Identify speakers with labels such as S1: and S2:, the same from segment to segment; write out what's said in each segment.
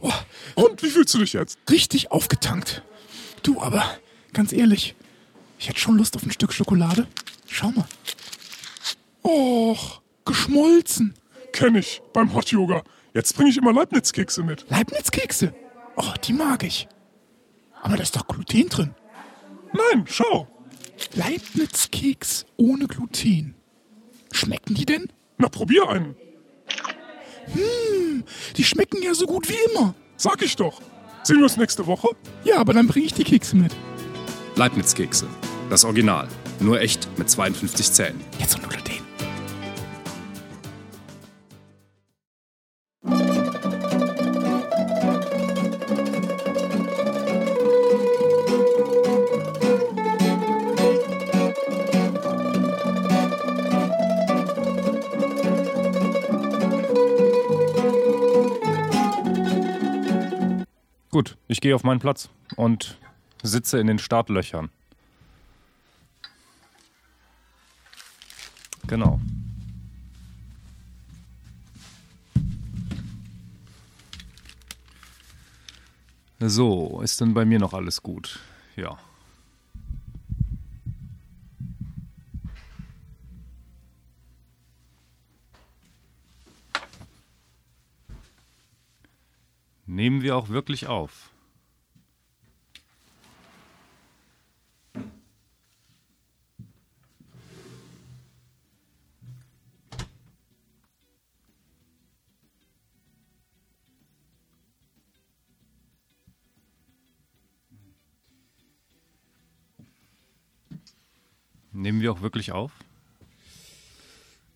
S1: Oh, und wie fühlst du dich jetzt? Richtig aufgetankt. Du aber, ganz ehrlich, ich hätte schon Lust auf ein Stück Schokolade. Schau mal. Och, geschmolzen.
S2: Kenn ich, beim Hot Yoga. Jetzt bringe ich immer Leibniz-Kekse mit.
S1: Leibniz-Kekse. Oh, die mag ich. Aber da ist doch Gluten drin.
S2: Nein, schau.
S1: Leibniz-Keks ohne Gluten. Schmecken die denn?
S2: Na, probier einen.
S1: Hm, die schmecken ja so gut wie immer.
S2: Sag ich doch. Sehen wir uns nächste Woche?
S1: Ja, aber dann bringe ich die Kekse mit.
S3: Leibniz-Kekse. Das Original. Nur echt mit 52 Zähnen.
S1: Jetzt ohne Gluten.
S4: Gut, ich gehe auf meinen Platz und sitze in den Startlöchern. Genau. So, ist denn bei mir noch alles gut? Ja. Nehmen wir auch wirklich auf. Nehmen wir auch wirklich auf?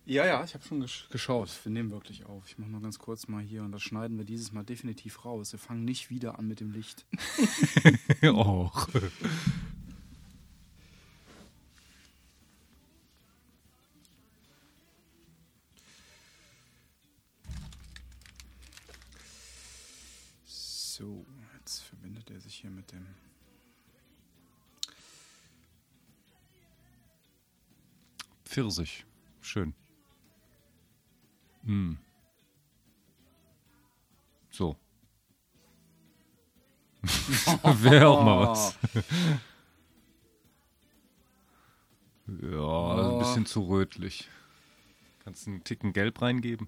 S5: Ja, ja, ich habe schon gesch geschaut. Wir nehmen wirklich auf. Ich mache mal ganz kurz mal hier und das schneiden wir dieses Mal definitiv raus. Wir fangen nicht wieder an mit dem Licht.
S4: Och.
S5: So, jetzt verbindet er sich hier mit dem.
S4: Pfirsich. Schön. Mm. So. Wäre auch
S5: Ah,
S4: mal was. ja, also ein bisschen zu rötlich. Kannst einen Ticken Gelb reingeben?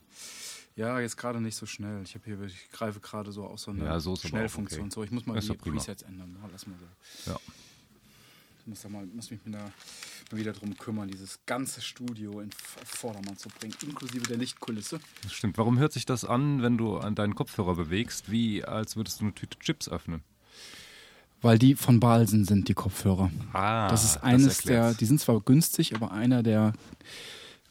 S5: Ja, jetzt gerade nicht so schnell. Ich habe hier, ich greife gerade so auf so eine
S4: Ja, so ist aber auch
S5: Schnellfunktion.
S4: okay.
S5: So, ich muss mal
S4: Ist
S5: die
S4: doch prima.
S5: Presets ändern. Ja, lass mal so.
S4: Ja.
S5: Ich muss, da mal, muss mich mit einer, mal wieder drum kümmern, dieses ganze Studio in F- auf Vordermann zu bringen, inklusive der Lichtkulisse.
S4: Das stimmt. Warum hört sich das an, wenn du an deinen Kopfhörer bewegst, wie als würdest du eine Tüte Chips öffnen?
S5: Weil die von Balsen sind, die Kopfhörer.
S4: Ah,
S5: das ist
S4: das
S5: eines der,
S4: erklärt's.
S5: die sind zwar günstig, aber einer der,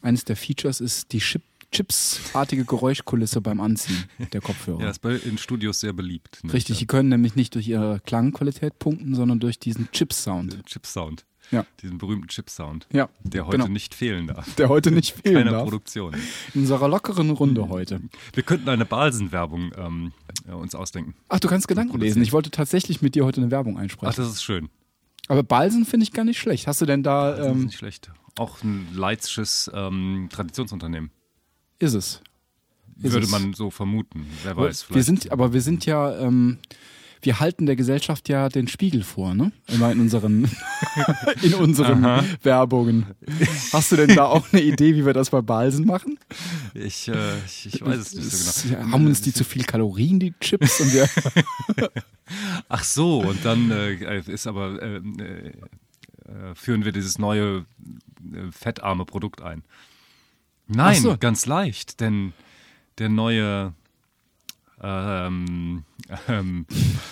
S5: eines der Features ist die Chip, chipsartige Geräuschkulisse beim Anziehen der Kopfhörer.
S4: Ja, ist bei, in Studios sehr beliebt. ne?
S5: Richtig, die können nämlich nicht durch ihre Klangqualität punkten, sondern durch diesen Chips-Sound.
S4: Den Chip-Sound.
S5: Ja.
S4: Diesen berühmten Chip-Sound.
S5: Ja,
S4: Der heute
S5: genau.
S4: nicht fehlen darf.
S5: Der heute nicht fehlen
S4: Keiner Mhm.
S5: darf.
S4: Produktion.
S5: In unserer lockeren Runde heute.
S4: Wir könnten eine Balsen-Werbung ähm, äh, uns ausdenken.
S5: Ach, du kannst Gedanken lesen. Ich wollte tatsächlich mit dir heute eine Werbung
S4: Ach,
S5: einsprechen.
S4: das ist schön.
S5: Aber Balsen finde ich gar nicht schlecht. Hast du denn da,
S4: Das ist
S5: ähm,
S4: nicht schlecht. Auch ein leitzsches ähm, Traditionsunternehmen.
S5: ist es? Ist
S4: Würde
S5: es.
S4: man so vermuten. Wer weiß.
S5: wir
S4: Vielleicht.
S5: sind, aber wir sind ja, ähm, wir halten der Gesellschaft ja den Spiegel vor, ne? Immer in unseren, in unseren Werbungen. Hast du denn da auch eine Idee, wie wir das bei Balsen machen?
S4: ich, äh, ich, ich weiß es nicht so genau.
S5: Es- Haben uns die zu viel Kalorien, die Chips? Und wir,
S4: Ach so, und dann äh, ist aber, äh, äh, äh, führen wir dieses neue äh, fettarme Produkt ein. Nein,
S5: Ach so.
S4: ganz leicht, denn der neue ähm, ähm,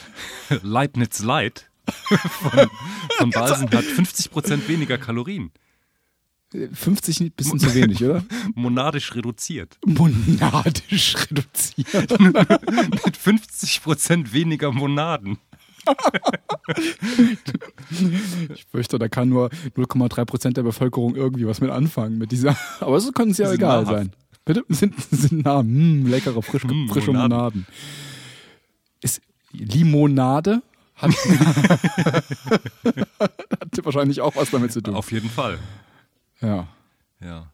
S4: Leibniz Light von, von Balsen hat 50% weniger Kalorien,
S5: 50 ein bisschen Äh, zu wenig, oder?
S4: monadisch reduziert.
S5: Monadisch reduziert.
S4: Mit 50% weniger Monaden.
S5: Ich fürchte, da kann nur 0,3 Prozent der Bevölkerung irgendwie was mit anfangen mit dieser. Aber es kann uns ja
S4: Sind
S5: egal
S4: nahrhaft.
S5: sein. Bitte? Sind, sind nah. Mm, leckere, frisch,
S4: Mm,
S5: frische
S4: Monaden.
S5: Monaden. Ist Limonade hat, hat wahrscheinlich auch was damit zu tun.
S4: Auf jeden Fall.
S5: Ja.
S4: Ja.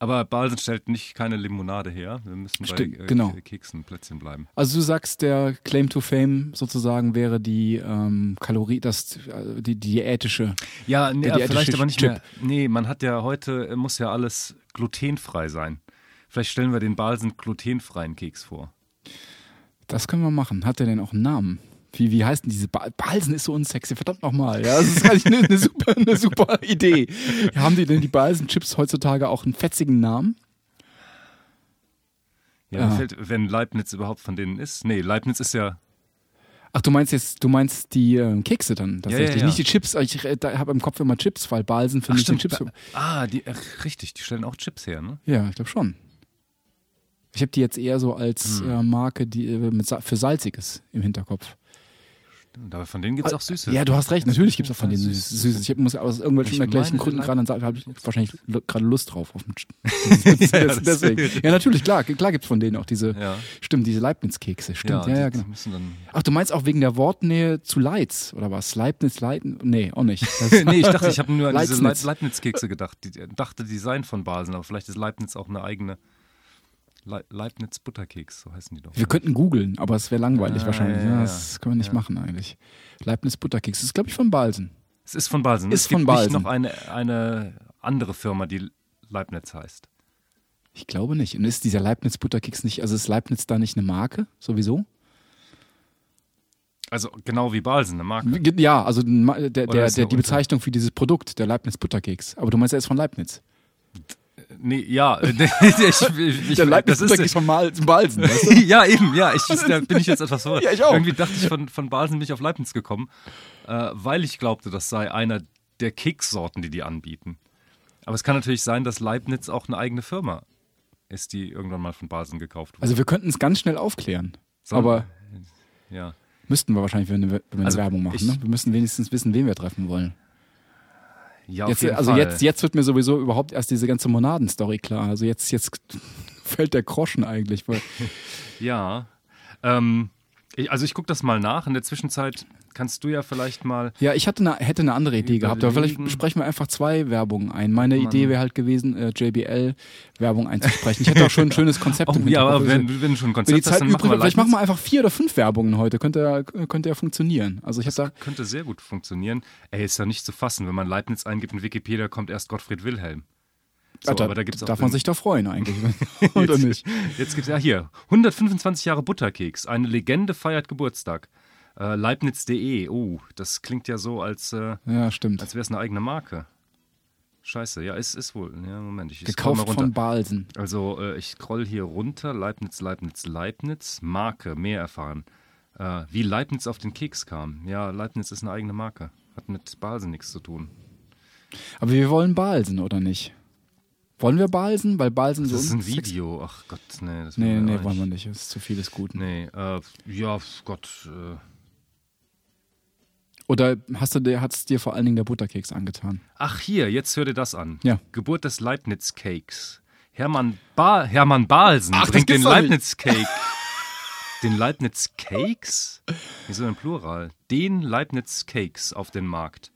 S4: Aber Balsen stellt nicht keine Limonade her. Wir müssen
S1: Stimmt,
S4: bei äh,
S1: genau.
S4: Keksen, Plätzchen bleiben.
S1: Also du sagst, der Claim to Fame sozusagen wäre die ähm, Kalorie, das, äh, die, die diätische.
S4: Ja, nee,
S1: Der
S4: aber vielleicht
S1: diätische
S4: aber nicht
S1: Chip.
S4: mehr. Nee, man hat ja heute, äh, muss ja alles glutenfrei sein. Vielleicht stellen wir den Balsen glutenfreien Keks vor.
S1: Das können wir machen. Hat der denn auch einen Namen? Wie, wie heißt denn diese ba Balsen ist so unsexy, verdammt nochmal. Ja, das ist eigentlich eine, eine, super, eine super Idee. Haben die denn die Balsen-Chips heutzutage auch einen fetzigen Namen?
S4: Ja,
S1: Ah.
S4: fällt, wenn Leibniz überhaupt von denen ist. Nee, Leibniz ist ja.
S1: Ach, du meinst jetzt, du meinst die äh, Kekse dann tatsächlich,
S4: ja.
S1: nicht die Chips. Ich äh, habe im Kopf immer Chips, weil Balsen für mich sind Chips.
S4: Ah, die, ach, richtig, die stellen auch Chips her, ne?
S1: Ja, ich glaube schon. Ich habe die jetzt eher so als
S4: Hm.
S1: äh, Marke die, äh, mit Sa für Salziges im Hinterkopf.
S4: Und aber von denen gibt es auch süße.
S1: Äh, Ah, Ja, du hast recht. Natürlich gibt es auch von denen
S4: Süßes.
S1: Süßes. Süßes. Ich hab- muss aus irgendwelchen
S4: Ich
S1: erklärlichen
S4: meine,
S1: Gründen
S4: Leib-
S1: gerade an Salz, habe ich wahrscheinlich lu- gerade Lust drauf. Auf den Sch- das,
S4: Ja,
S1: das,
S4: das-
S1: deswegen. ja, natürlich, klar. Klar gibt es von denen auch diese,
S4: Ja.
S1: stimmt, diese Leibniz-Kekse. Stimmt, ja,
S4: die-
S1: ja,
S4: die
S1: genau.
S4: müssen dann
S1: Ach, du meinst auch wegen der Wortnähe zu Leitz, oder was? Leibniz, Leiten? Nee, auch nicht. Das-
S4: nee, ich dachte, ich habe nur an diese
S1: Leibniz.
S4: Leib- Leibniz-Kekse gedacht. Die, äh, dachte, die seien von Basel, aber vielleicht ist Leibniz auch eine eigene Le Leibniz-Butterkeks, so heißen die doch.
S1: Wir könnten googeln, aber es wäre langweilig
S4: Ah,
S1: wahrscheinlich.
S4: ja,
S1: Ja,
S4: ja,
S1: das können wir nicht machen eigentlich. Leibniz Butterkeks, das ist glaube ich von Balsen.
S4: Es ist von Basel. ne?
S1: Ist
S4: es gibt
S1: von Basel.
S4: nicht noch eine, eine andere Firma, die Leibniz heißt.
S1: Ich glaube nicht. Und ist dieser Leibniz Butterkeks nicht, also ist Leibniz da nicht eine Marke sowieso?
S4: Also genau wie Balsen, eine Marke.
S1: Ja, also ma- der,
S4: Oder
S1: der,
S4: ist
S1: der,
S4: der
S1: die
S4: unter-
S1: Bezeichnung für dieses Produkt, der Leibniz Butterkeks. Aber du meinst, er ist von Leibniz.
S4: Nee, ja. äh, ich, ich, ich, das ist,
S1: von Mal- Balsen. weißt du?
S4: ja, eben, ja. Ich, da bin ich jetzt etwas verwirrt.
S1: Ja, ich auch.
S4: Irgendwie dachte ich, von, von Basel bin ich auf Leibniz gekommen, äh, weil ich glaubte, das sei einer der Kekssorten, die die anbieten. Aber es kann natürlich sein, dass Leibniz auch eine eigene Firma ist, die irgendwann mal von Basel gekauft wurde.
S1: also wir könnten es ganz schnell aufklären.
S4: So.
S1: aber
S4: ja.
S1: müssten wir wahrscheinlich, wenn wir wenn wir eine
S4: Also
S1: Werbung machen.
S4: ich-
S1: ne? Wir müssen wenigstens wissen, wen wir treffen wollen.
S4: ja auf
S1: Jetzt,
S4: jeden
S1: also
S4: Fall.
S1: jetzt, jetzt wird mir sowieso überhaupt erst diese ganze Monaden-Story klar. Also jetzt, jetzt fällt der Groschen eigentlich. Weil
S4: Ja. Ähm, ich, also ich gucke das mal nach. In der Zwischenzeit kannst du ja vielleicht mal.
S1: ja, ich hatte eine, hätte eine andere Idee gehabt, aber vielleicht
S4: Überlegen.
S1: sprechen wir einfach zwei Werbungen ein. Meine Idee wäre halt gewesen, äh, JBL-Werbung einzusprechen. Ich hätte auch schon ein schönes Konzept.
S4: Oh
S1: im
S4: ja, aber
S1: Hinterkopf.
S4: wenn, wenn du schon ein
S1: wenn die
S4: Konzept hast,
S1: Zeit
S4: dann machen
S1: übrig
S4: wir
S1: wird, vielleicht machen
S4: Leibniz.
S1: wir einfach vier oder fünf Werbungen heute. Könnte ja, könnte ja funktionieren. Also ich hätte da,
S4: Könnte sehr gut funktionieren. Ey, ist ja nicht zu fassen. Wenn man Leibniz eingibt in Wikipedia, kommt erst Gottfried Wilhelm. So,
S1: da,
S4: aber da gibt's auch
S1: darf man
S4: in-
S1: sich doch freuen eigentlich. Oder nicht?
S4: Jetzt gibt's ja hier 125 Jahre Butterkeks. Eine Legende feiert Geburtstag. Äh, Leibniz.de. Oh, das klingt ja so, als, äh,
S1: Ja, stimmt.
S4: als wäre es eine eigene Marke. Scheiße, ja, ist, ist wohl. Ja, Moment, ich scroll mal
S1: Gekauft
S4: runter.
S1: von Balsen.
S4: Also äh, ich scroll hier runter, Leibniz, Leibniz, Leibniz, Marke, mehr erfahren. Äh, wie Leibniz auf den Keks kam. Ja, Leibniz ist eine eigene Marke. Hat mit Basel nichts zu tun.
S1: Aber wir wollen Balsen, oder nicht? Wollen wir Balsen? Weil Balsen so
S4: Das ist ein
S1: unsexy-
S4: Video. Ach Gott, nee. Das
S1: Nee,
S4: wollen
S1: nee,
S4: wir
S1: wollen
S4: auch
S1: wir nicht. Es ist zu viel des Guten.
S4: nicht. Nee, äh, ja, Gott. Äh,
S1: Oder hast du dir, hat's dir vor allen Dingen der Butterkeks angetan?
S4: Ach hier, jetzt hör dir das an.
S1: Ja.
S4: Geburt des Leibniz-Cakes. Hermann, ba Hermann Balsen
S1: Ach, das
S4: bringt den
S1: gibt's doch nicht.
S4: Leibniz-Cake. den Leibniz-Cakes? Wieso im Plural? Den Leibniz-Cakes auf den Markt.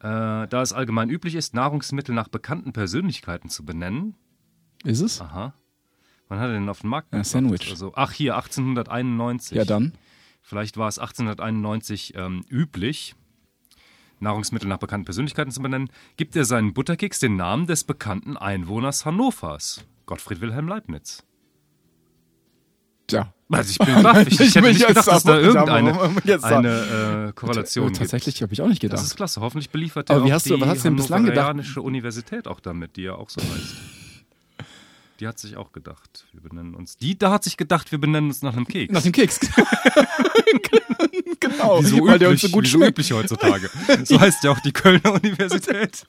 S4: Äh, da es allgemein üblich ist, Nahrungsmittel nach bekannten Persönlichkeiten zu benennen.
S1: Ist es?
S4: Aha. Wann hat er den auf den Markt
S1: Ja,
S4: gebracht?
S1: Sandwich.
S4: Also, ach hier, 1891.
S1: ja, dann.
S4: Vielleicht war es 1891 ähm, üblich, Nahrungsmittel nach bekannten Persönlichkeiten zu benennen, gibt er seinen Butterkeks den Namen des bekannten Einwohners Hannovers, Gottfried Wilhelm Leibniz.
S1: Ja.
S4: Also ich bin baff, ich, ich hätte
S1: bin
S4: nicht
S1: jetzt
S4: gedacht, dass da
S1: sauer,
S4: irgendeine
S1: aber jetzt sauer.
S4: eine, äh, Korrelation gibt.
S1: Tatsächlich habe ich auch nicht
S4: Das
S1: gedacht.
S4: ist klasse. Hoffentlich beliefert
S1: Aber
S4: er
S1: wie
S4: auch
S1: hast
S4: die
S1: du- was hast du denn bislang gedacht?
S4: Hannoverianische Universität auch damit, die ja auch so heißt. Die hat sich auch gedacht, wir benennen uns. Die da hat sich gedacht, wir benennen uns nach einem Keks.
S1: Nach dem Keks. genau.
S4: Wieso
S1: weil der uns
S4: üblich,
S1: so gut
S4: wieso
S1: schmeckt.
S4: üblich heutzutage. So heißt ja auch die Kölner Universität.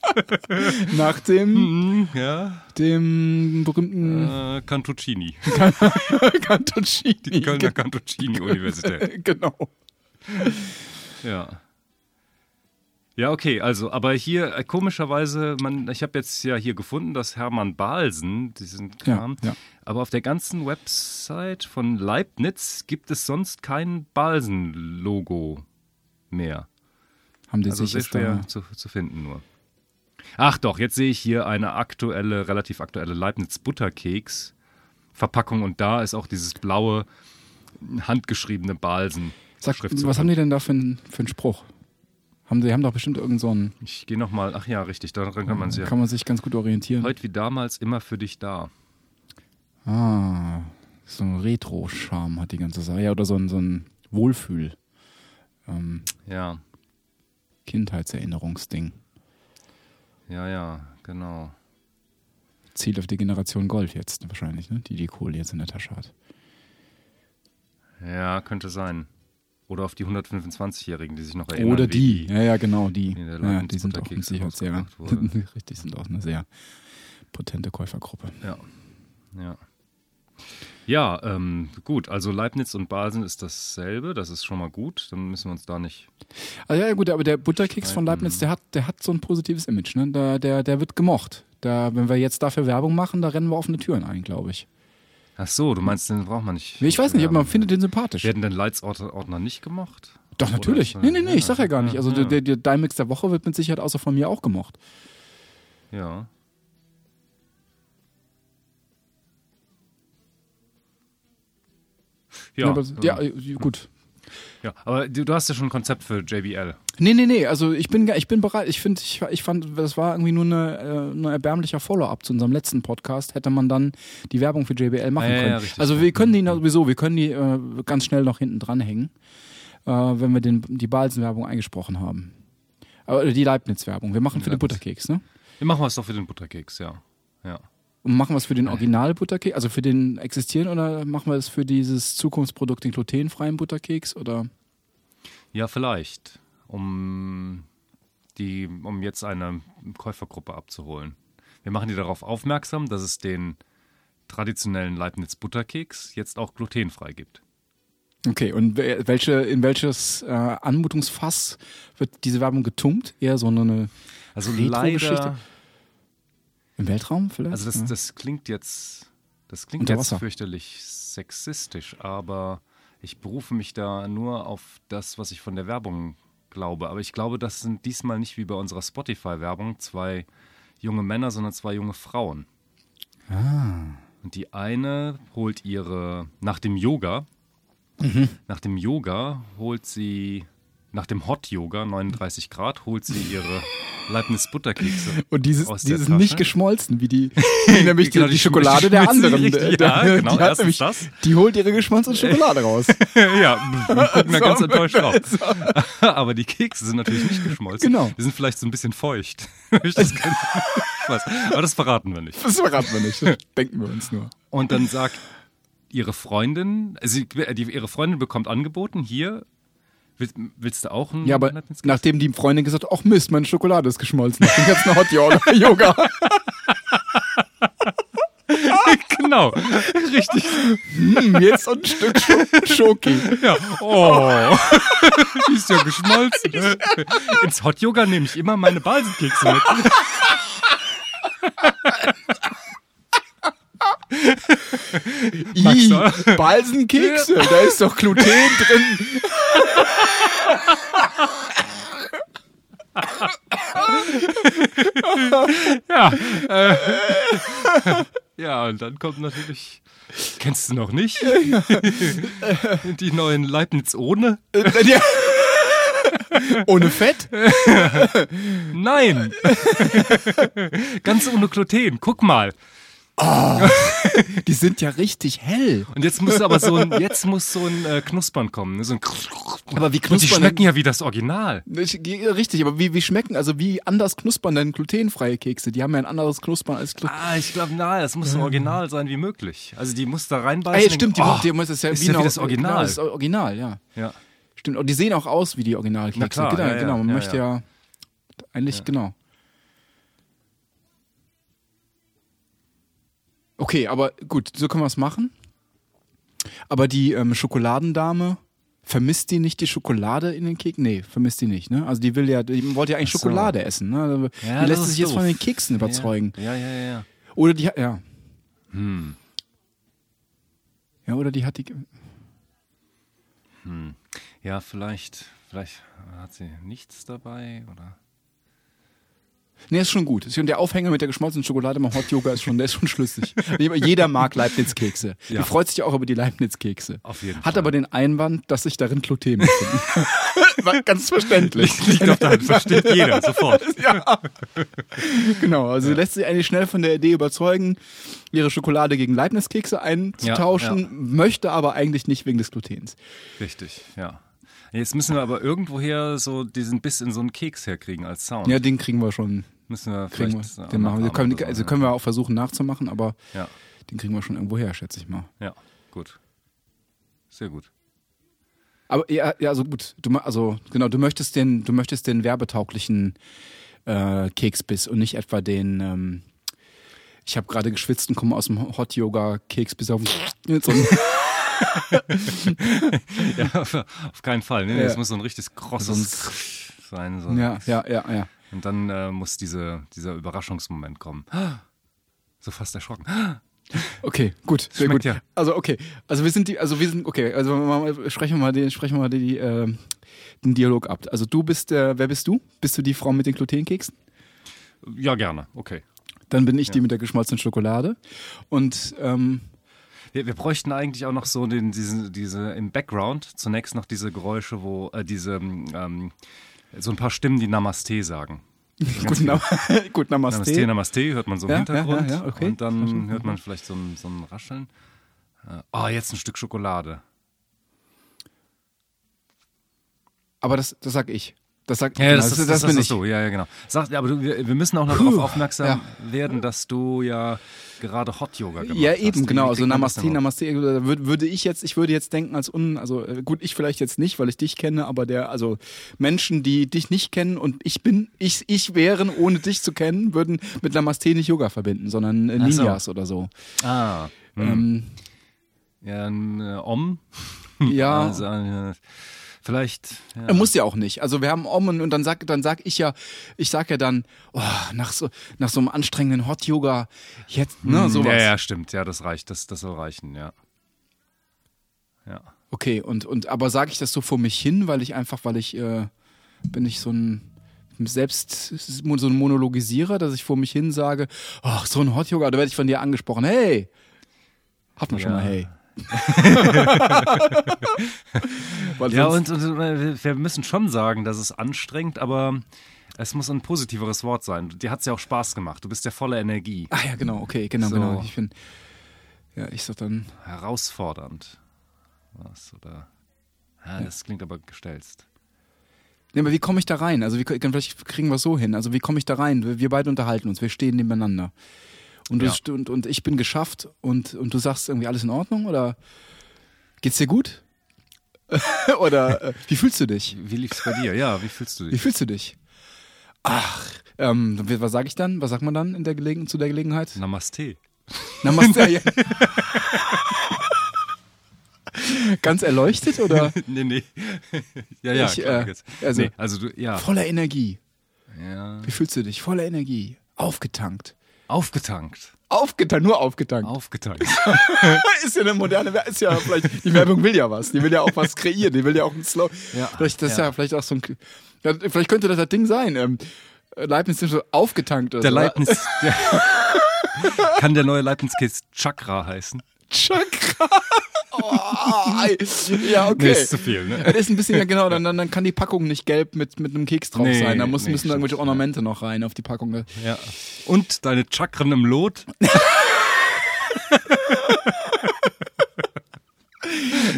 S1: Nach dem,
S4: Hm, ja,
S1: dem berühmten
S4: äh, Cantuccini.
S1: Cantoncini.
S4: Äh, Die Kölner Cantuccini-Universität.
S1: Genau.
S4: Ja. Ja, okay, also, aber hier äh, komischerweise, man, ich habe jetzt ja hier gefunden, dass Hermann Balsen diesen
S1: Ja,
S4: Kram,
S1: ja.
S4: aber auf der ganzen Website von Leibniz gibt es sonst kein Balsen-Logo mehr.
S1: Haben die
S4: Also
S1: sich
S4: sehr
S1: jetzt
S4: schwer
S1: da.
S4: zu, zu finden nur. Ach doch, jetzt sehe ich hier eine aktuelle, relativ aktuelle Leibniz Butterkeks Verpackung und da ist auch dieses blaue handgeschriebene Balsen.
S1: Sag,
S4: Schriftzug.
S1: was haben die denn da für, einen- für einen Spruch? Haben die haben doch bestimmt irgendeinen, so einen-
S4: Ich gehe nochmal, ach ja, richtig, daran kann man sich ja.
S1: kann man sich ganz gut orientieren.
S4: Heute wie damals immer für dich da.
S1: Ah, so ein Retro-Charme hat die ganze Sache. Ja, oder so ein, so ein Wohlfühl. Ähm,
S4: Ja,
S1: Kindheitserinnerungsding.
S4: ja, ja, genau.
S1: Ziel auf die Generation Gold jetzt wahrscheinlich, ne? die die Kohle jetzt in der Tasche hat.
S4: Ja, könnte sein. Oder auf die 125-Jährigen, die sich noch erinnern.
S1: Oder
S4: wie
S1: die. Ja, ja, genau, die.
S4: der
S1: Ja,
S4: Leibniz
S1: die sind auch mit
S4: Butterkekse
S1: Sicherheit sehr,
S4: rausgebracht wurde.
S1: richtig, sind auch eine sehr potente Käufergruppe.
S4: Ja. Ja. Ja, ähm, gut, also Leibniz und Basel ist dasselbe, das ist schon mal gut, dann müssen wir uns da nicht.
S1: Ah, ja, ja, gut, aber der Butterkeks von Leibniz, der hat, der hat so ein positives Image, ne? Der, der, der wird gemocht. Da, wenn wir jetzt dafür Werbung machen, da rennen wir offene Türen ein, glaube ich.
S4: Ach so, du meinst, den braucht man nicht.
S1: Nee, Ich weiß nicht, aber man
S4: Ja.
S1: findet den sympathisch.
S4: Werden denn Leitsordner nicht gemocht?
S1: Doch,
S4: Oder
S1: natürlich.
S4: ist, äh,
S1: Nee, nee, nee, ich sag ja gar nicht. Also
S4: ja,
S1: der, der Dimex der Woche wird mit Sicherheit außer von mir auch gemocht.
S4: Ja. Ja, Genau.
S1: aber, ja,
S4: ja.
S1: äh, gut.
S4: ja, aber du, du hast ja schon ein Konzept für JBL.
S1: Nee, nee, nee, also ich bin, ga- ich bin bereit. Ich finde, ich, ich fand, das war irgendwie nur eine, äh, ein erbärmlicher Follow-up zu unserem letzten Podcast. Hätte man dann die Werbung für JBL machen
S4: Ja, ja, ja,
S1: können.
S4: richtig.
S1: also wir können die noch- sowieso, wir können die äh, ganz schnell noch hinten dranhängen, äh, wenn wir den, die Balsen-Werbung eingesprochen haben. Äh, die Leibniz-Werbung. Wir machen für den Butterkeks, ne?
S4: Wir machen was doch für den Butterkeks, ja. Ja.
S1: Und machen wir es für den Original-Butterkeks, also für den existieren oder machen wir es für dieses Zukunftsprodukt, den glutenfreien Butterkeks? Oder
S4: Ja, vielleicht. Um die, um jetzt eine Käufergruppe abzuholen. Wir machen die darauf aufmerksam, dass es den traditionellen Leibniz Butterkeks jetzt auch glutenfrei gibt.
S1: okay, und wer- welche, in welches äh, Anmutungsfass wird diese Werbung getunkt? Eher so eine
S4: Also
S1: Retro-Geschichte?
S4: leider,
S1: im Weltraum vielleicht?
S4: also das,
S1: Ja.
S4: das klingt jetzt, das klingt
S1: Unter
S4: jetzt
S1: Wasser.
S4: fürchterlich sexistisch, aber ich berufe mich da nur auf das, was ich von der Werbung glaube. Aber ich glaube, das sind diesmal nicht wie bei unserer Spotify-Werbung zwei junge Männer, sondern zwei junge Frauen.
S1: Ah.
S4: Und die eine holt ihre, nach dem Yoga,
S1: Mhm.
S4: nach dem Yoga holt sie, nach dem Hot Yoga, 39 Grad, holt sie ihre Leibniz Butterkekse.
S1: und dieses,
S4: aus der
S1: dieses
S4: Tasche.
S1: nicht geschmolzen, wie die, wie nämlich die,
S4: Genau,
S1: die,
S4: die
S1: Schokolade
S4: schmilzt-
S1: der
S4: schmilzt sie
S1: anderen.
S4: richtig,
S1: Der-
S4: ja,
S1: der-
S4: genau,
S1: die, hat
S4: erstens
S1: nämlich,
S4: das.
S1: die holt ihre geschmolzene Schokolade raus.
S4: ja, wir gucken da ganz enttäuscht auf. Aber die Kekse sind natürlich nicht geschmolzen.
S1: Genau.
S4: Die sind vielleicht so ein bisschen feucht. Ich das kann, ich weiß. Aber das verraten wir nicht.
S1: Das verraten wir nicht, das denken wir uns nur.
S4: Und dann sagt ihre Freundin, sie, die, ihre Freundin bekommt angeboten, hier, willst, willst du auch ein
S1: Ja, aber
S4: Leibniz Keks?
S1: nachdem die Freundin gesagt hat, ach Mist, meine Schokolade ist geschmolzen, nach dem ganzen Hot Yoga- Yoga.
S4: Genau, richtig.
S1: Hm, jetzt ein Stück Sch- Schoki.
S4: Ja. Oh. Die ist ja geschmolzen. Ins Hot Yoga nehme ich immer meine Balsenkekse mit.
S1: Ih, Balsenkekse, da ist doch Gluten drin.
S4: Ja, und dann kommt natürlich. Kennst du noch nicht? Die neuen Leibniz ohne?
S1: Ja. Ohne Fett?
S4: Nein! Ganz ohne Gluten, guck mal.
S1: Die sind ja richtig hell.
S4: Und jetzt muss aber so ein, jetzt muss so ein äh, Knuspern kommen. ne? So ein
S1: Aber wie
S4: Und die
S1: knuspern
S4: schmecken ja wie das Original.
S1: denn, Richtig, aber wie, wie schmecken, also wie anders knuspern denn glutenfreie Kekse? Die haben ja ein anderes Knuspern als Gluten.
S4: Ah, ich glaube, na, das muss so original sein wie möglich. Also die muss da
S1: Ah,
S4: reinbeißen.
S1: ja,
S4: und
S1: stimmt, die,
S4: denken,
S1: oh, die das ist ja
S4: ist
S1: wie,
S4: ja
S1: eine-
S4: wie das Original.
S1: Genau, das ist Original, ja.
S4: ja.
S1: Stimmt, und die sehen auch aus wie die Originalkekse.
S4: Na klar,
S1: genau,
S4: ja, ja,
S1: genau, man
S4: ja,
S1: möchte ja,
S4: ja.
S1: eigentlich, genau. Okay, aber gut, so können wir es machen. Aber die ähm, Schokoladendame, vermisst die nicht die Schokolade in den Keks? Nee, vermisst die nicht, ne? Also die will ja, die wollte ja eigentlich
S4: so.
S1: Schokolade essen, ne? Also
S4: Ja,
S1: die
S4: das
S1: lässt
S4: ist
S1: sich jetzt
S4: doof.
S1: von den Keksen überzeugen.
S4: Ja, ja, ja. ja.
S1: Oder die hat, ja. Hm.
S4: Hm.
S1: Ja, oder die hat die,
S4: Ja, vielleicht, vielleicht hat sie nichts dabei oder.
S1: Nee, ist schon gut. Ist- Und der Aufhänger mit der geschmolzenen Schokolade beim Hot Yoga ist schon, der ist schon schlüssig. Jeder mag Leibniz-Kekse. Die
S4: Ja.
S1: freut sich auch über die Leibniz-Kekse.
S4: Auf jeden
S1: Hat
S4: Fall.
S1: aber den Einwand, dass sich darin Gluten befinden. War Ganz verständlich.
S4: Liegt auf der Hand, versteht jeder sofort.
S1: ja. Genau, also lässt sich eigentlich schnell von der Idee überzeugen, ihre Schokolade gegen Leibniz-Kekse einzutauschen,
S4: Ja, ja.
S1: möchte aber eigentlich nicht wegen des Glutens.
S4: Richtig, ja. Jetzt müssen wir aber irgendwoher so diesen Biss in so einen Keks herkriegen als Sound.
S1: Ja, den kriegen wir schon.
S4: müssen wir
S1: Kriegen
S4: vielleicht.
S1: wir.
S4: äh,
S1: Den machen wir.
S4: nachahmen
S1: Können,
S4: oder so,
S1: also
S4: ja.
S1: können wir auch versuchen nachzumachen, aber
S4: Ja.
S1: den kriegen wir schon irgendwo her, schätze ich mal.
S4: Ja, gut. Sehr gut.
S1: Aber ja, ja also gut, du, ma- also genau, du möchtest den, du möchtest den werbetauglichen äh, Keksbiss und nicht etwa den. Ähm, ich habe gerade geschwitzt und komme aus dem Hot Yoga Keksbiss auf. den- mit so einem-
S4: Ja, auf keinen Fall. Ne?
S1: Ja.
S4: Das muss so ein richtig krosses sein. So.
S1: ja, ja, ja, ja.
S4: Und dann äh, muss diese, dieser Überraschungsmoment kommen. So fast erschrocken.
S1: Okay, gut, sehr
S4: Schmeckt
S1: gut.
S4: ja.
S1: Also okay, also wir sind die, also wir sind okay, also mal- sprechen wir mal den, sprechen wir mal die, äh, den Dialog ab. Also du bist, äh, wer bist du? Bist du die Frau mit den Glutenkeksen?
S4: Ja, gerne. Okay.
S1: Dann bin ich die mit der geschmolzenen Schokolade. Und ähm,
S4: Wir, wir bräuchten eigentlich auch noch so den, diese, diese im Background zunächst noch diese Geräusche, wo äh, diese ähm, so ein paar Stimmen, die Namaste sagen.
S1: gut, nam gut, Namaste.
S4: Namaste, Namaste, hört man so im
S1: Ja,
S4: Hintergrund.
S1: ja, ja, ja, okay.
S4: Und dann hört man vielleicht so ein, so ein Rascheln. Äh, Oh, jetzt ein Stück Schokolade.
S1: Aber das, das sag ich. Das sag
S4: Ja,
S1: genau,
S4: das, das, das, das
S1: bin
S4: bist
S1: ich.
S4: du. Ja, ja, genau. Sag, aber du, wir, wir müssen auch noch darauf aufmerksam werden, dass du ja gerade Hot Yoga gemacht hast.
S1: Ja, eben,
S4: Wie
S1: genau.
S4: kriegt
S1: Also
S4: man das
S1: Namaste,
S4: denn raus?
S1: Namaste, da würd, würde ich jetzt, ich würde jetzt denken als un, also äh, gut, ich vielleicht jetzt nicht, weil ich dich kenne, aber der, also Menschen, die dich nicht kennen und ich bin, ich, ich wären, ohne dich zu kennen, würden mit Namaste nicht Yoga verbinden, sondern äh,
S4: Ach so.
S1: Ninjas oder so.
S4: Ah,
S1: Ähm,
S4: ja, ein äh, Om.
S1: ja.
S4: Also, äh, vielleicht. Ja.
S1: Äh, Muss ja auch nicht. Also wir haben Om und, und dann sag dann sag ich ja, ich sag ja dann, oh, nach so nach so einem anstrengenden Hot Yoga jetzt, ne, sowas.
S4: Hm, Ja, ja, stimmt. Ja, das reicht. Das, das soll reichen, ja. Ja.
S1: Okay, und, und aber sage ich das so vor mich hin, weil ich einfach, weil ich äh, bin ich so ein selbst so ein Monologisierer, dass ich vor mich hin sage, ach, so ein Hot Yoga, da werde ich von dir angesprochen. Hey! Hat man schon
S4: Ja.
S1: mal hey. weil
S4: Ja,
S1: sonst-
S4: und, und äh, wir müssen schon sagen, dass es anstrengend, aber es muss ein positiveres Wort sein. Dir hat es ja auch Spaß gemacht. Du bist ja voller Energie.
S1: Ah ja, genau, okay, genau,
S4: So.
S1: genau. Ich bin. Ja, ich sag dann.
S4: Herausfordernd. Was? Oder. Ja, das klingt aber gestelzt.
S1: Ja, aber wie komme ich da rein? Also wie, vielleicht kriegen wir es so hin. Also wie komme ich da rein? Wir, wir beide unterhalten uns, wir stehen nebeneinander. Und, du,
S4: Ja.
S1: st- und, und ich bin geschafft und, und du sagst irgendwie alles in Ordnung oder geht's dir gut? oder äh, wie fühlst du dich?
S4: Wie lief's bei dir? Ja, wie fühlst du
S1: Wie
S4: dich?
S1: fühlst du dich? Ach, ähm, was sage ich dann? Was sagt man dann in der Gelegen zu der Gelegenheit?
S4: Namaste.
S1: Namaste. ja. Ganz erleuchtet oder
S4: nee, nee. ja, ja,
S1: Ich,
S4: klar,
S1: äh,
S4: jetzt.
S1: also-
S4: nee, also du, ja.
S1: voller Energie?
S4: ja.
S1: Wie fühlst du dich? Voller Energie, aufgetankt.
S4: Aufgetankt.
S1: Aufgetankt, nur aufgetankt.
S4: Aufgetankt.
S1: ist ja eine moderne, Wer- ist ja vielleicht, die Werbung will ja was, die will ja auch was kreieren, die will ja auch einen Slow.
S4: Ja,
S1: vielleicht, das ist
S4: ja.
S1: ja vielleicht auch so ein, ja, vielleicht könnte das das Ding sein, ähm, Leibniz ist so aufgetankt oder
S4: Der
S1: so.
S4: Leibniz. Der kann der neue Leibniz-Kids Chakra heißen?
S1: Chakra. Oh, ei. ja, okay.
S4: Nee, ist zu viel, ne?
S1: Das ist ein bisschen, ja genau, dann, dann, dann kann die Packung nicht gelb mit, mit einem Keks drauf
S4: Nee,
S1: sein. Da muss,
S4: nee,
S1: müssen da irgendwelche
S4: stimmt, ja.
S1: Ornamente noch rein auf die Packung.
S4: Ja. Und deine Chakren im Lot?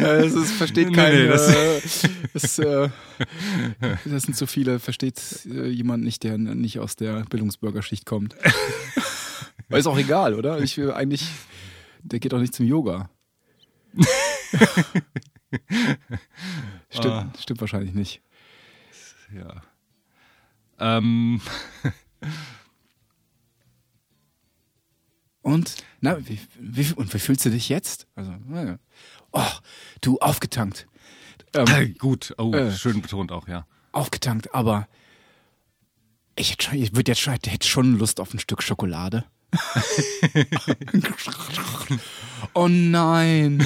S1: Das Äh, ist, versteht
S4: Nee,
S1: kein.
S4: nee, das-
S1: äh, das, äh, das sind zu viele. Versteht äh, jemand nicht, der n- nicht aus der Bildungsbürgerschicht kommt. Weil ist auch egal, oder? Ich will eigentlich. Der geht auch nicht zum Yoga. stimmt,
S4: Ah.
S1: stimmt wahrscheinlich nicht.
S4: Ja. Ähm,
S1: Und, na, wie, wie, und wie fühlst du dich jetzt? Also, naja. Oh, du aufgetankt. Ähm,
S4: gut, oh,
S1: Äh.
S4: schön betont auch, ja.
S1: aufgetankt, aber ich, hätte schon, ich würde jetzt schon, ich hätte schon Lust auf ein Stück Schokolade. oh nein.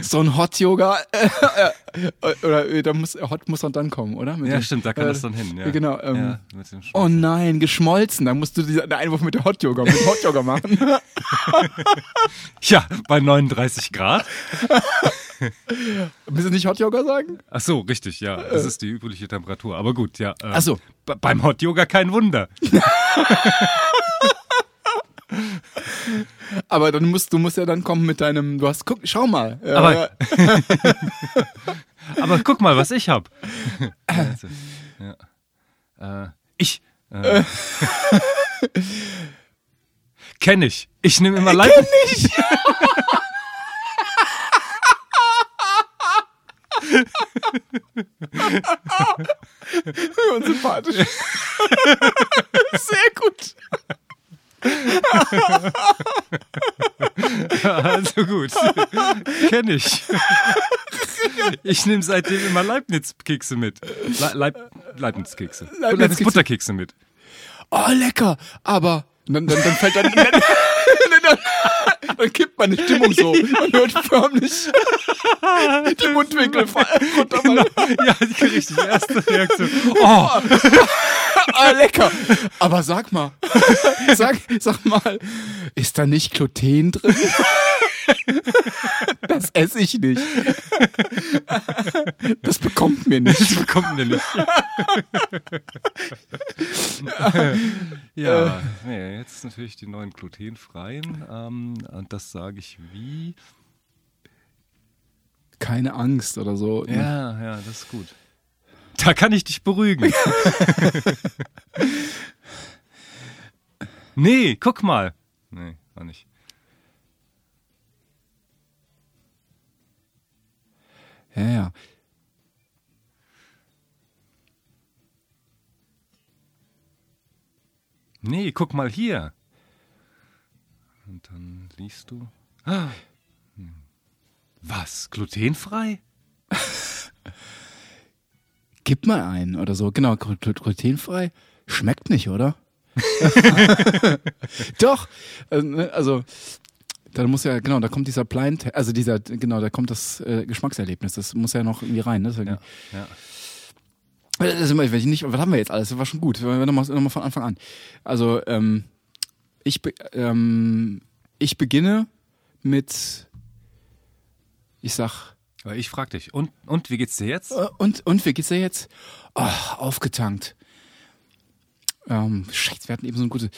S1: so ein Hot Yoga äh, äh, oder äh, da muss Hot muss man dann kommen, oder? Mit
S4: Ja,
S1: dem-
S4: stimmt, da kann das dann hin. Ja.
S1: Genau. Ähm,
S4: ja, mit dem
S1: Oh nein, geschmolzen. Da musst du diesen Einwurf mit der Hot Yoga, mit dem Hot Yoga machen.
S4: ja, bei 39 Grad.
S1: Willst du nicht Hot Yoga sagen?
S4: Ach so, richtig, ja. Das ist die übliche Temperatur. Aber gut, ja. Äh,
S1: Ach so.
S4: b- Beim Hot Yoga kein Wunder.
S1: Aber dann musst du musst ja dann kommen mit deinem. Du hast guck, schau mal. Äh,
S4: Aber- Äh. Aber guck mal, was ich hab. Also, ja. Äh, ich. Äh, kenn ich. Ich nehme immer Leib.
S1: und sympathisch. Sehr gut.
S4: Also gut. kenn ich. Ich nehme seitdem immer Leibniz-Kekse mit. Le Leib Äh, Leibniz-Kekse.
S1: Leibniz-Kekse.
S4: Leibniz-Butterkekse mit.
S1: Oh lecker. Aber dann, dann, dann fällt dann. dann Dann, dann kippt meine Stimmung so. Man hört förmlich die Mundwinkel fallen runter. Genau.
S4: Ja, richtig. Erste Reaktion. Oh,
S1: Ah, lecker. Aber sag mal, sag, sag mal, ist da nicht Gluten drin? Das esse ich nicht. Das bekommt mir nicht.
S4: das bekommt man denn nicht.
S1: Äh,
S4: ja, nee, jetzt natürlich die neuen glutenfreien. Ähm, und das sage ich wie.
S1: Keine Angst oder so.
S4: Ja, ja, das ist gut. Ne? Da kann ich dich beruhigen. nee, guck mal. Nee, war nicht.
S1: Ja, ja.
S4: Nee, guck mal hier. Und dann liest du. Ah. Hm. Was? Glutenfrei?
S1: Gib mal einen oder so. Genau, gl- gl- glutenfrei. Schmeckt nicht, oder? Doch. Also, ne, also da muss ja, genau, da kommt dieser Blind, also dieser, genau, da kommt das äh, Geschmackserlebnis. Das muss ja noch irgendwie rein. Ne? Das ist ja Äh,
S4: Ja, ja.
S1: Das ist immer, wenn ich nicht, was haben wir jetzt alles? Das war schon gut. Nochmal noch mal von Anfang an. Also, ähm, ich, be ähm, ich beginne mit, ich sag,
S4: Aber Ich frag dich. Und, und wie geht's dir jetzt?
S1: äh, und, und wie geht's dir jetzt? Oh, aufgetankt. Ähm, Scheiße, wir hatten eben so ein gutes.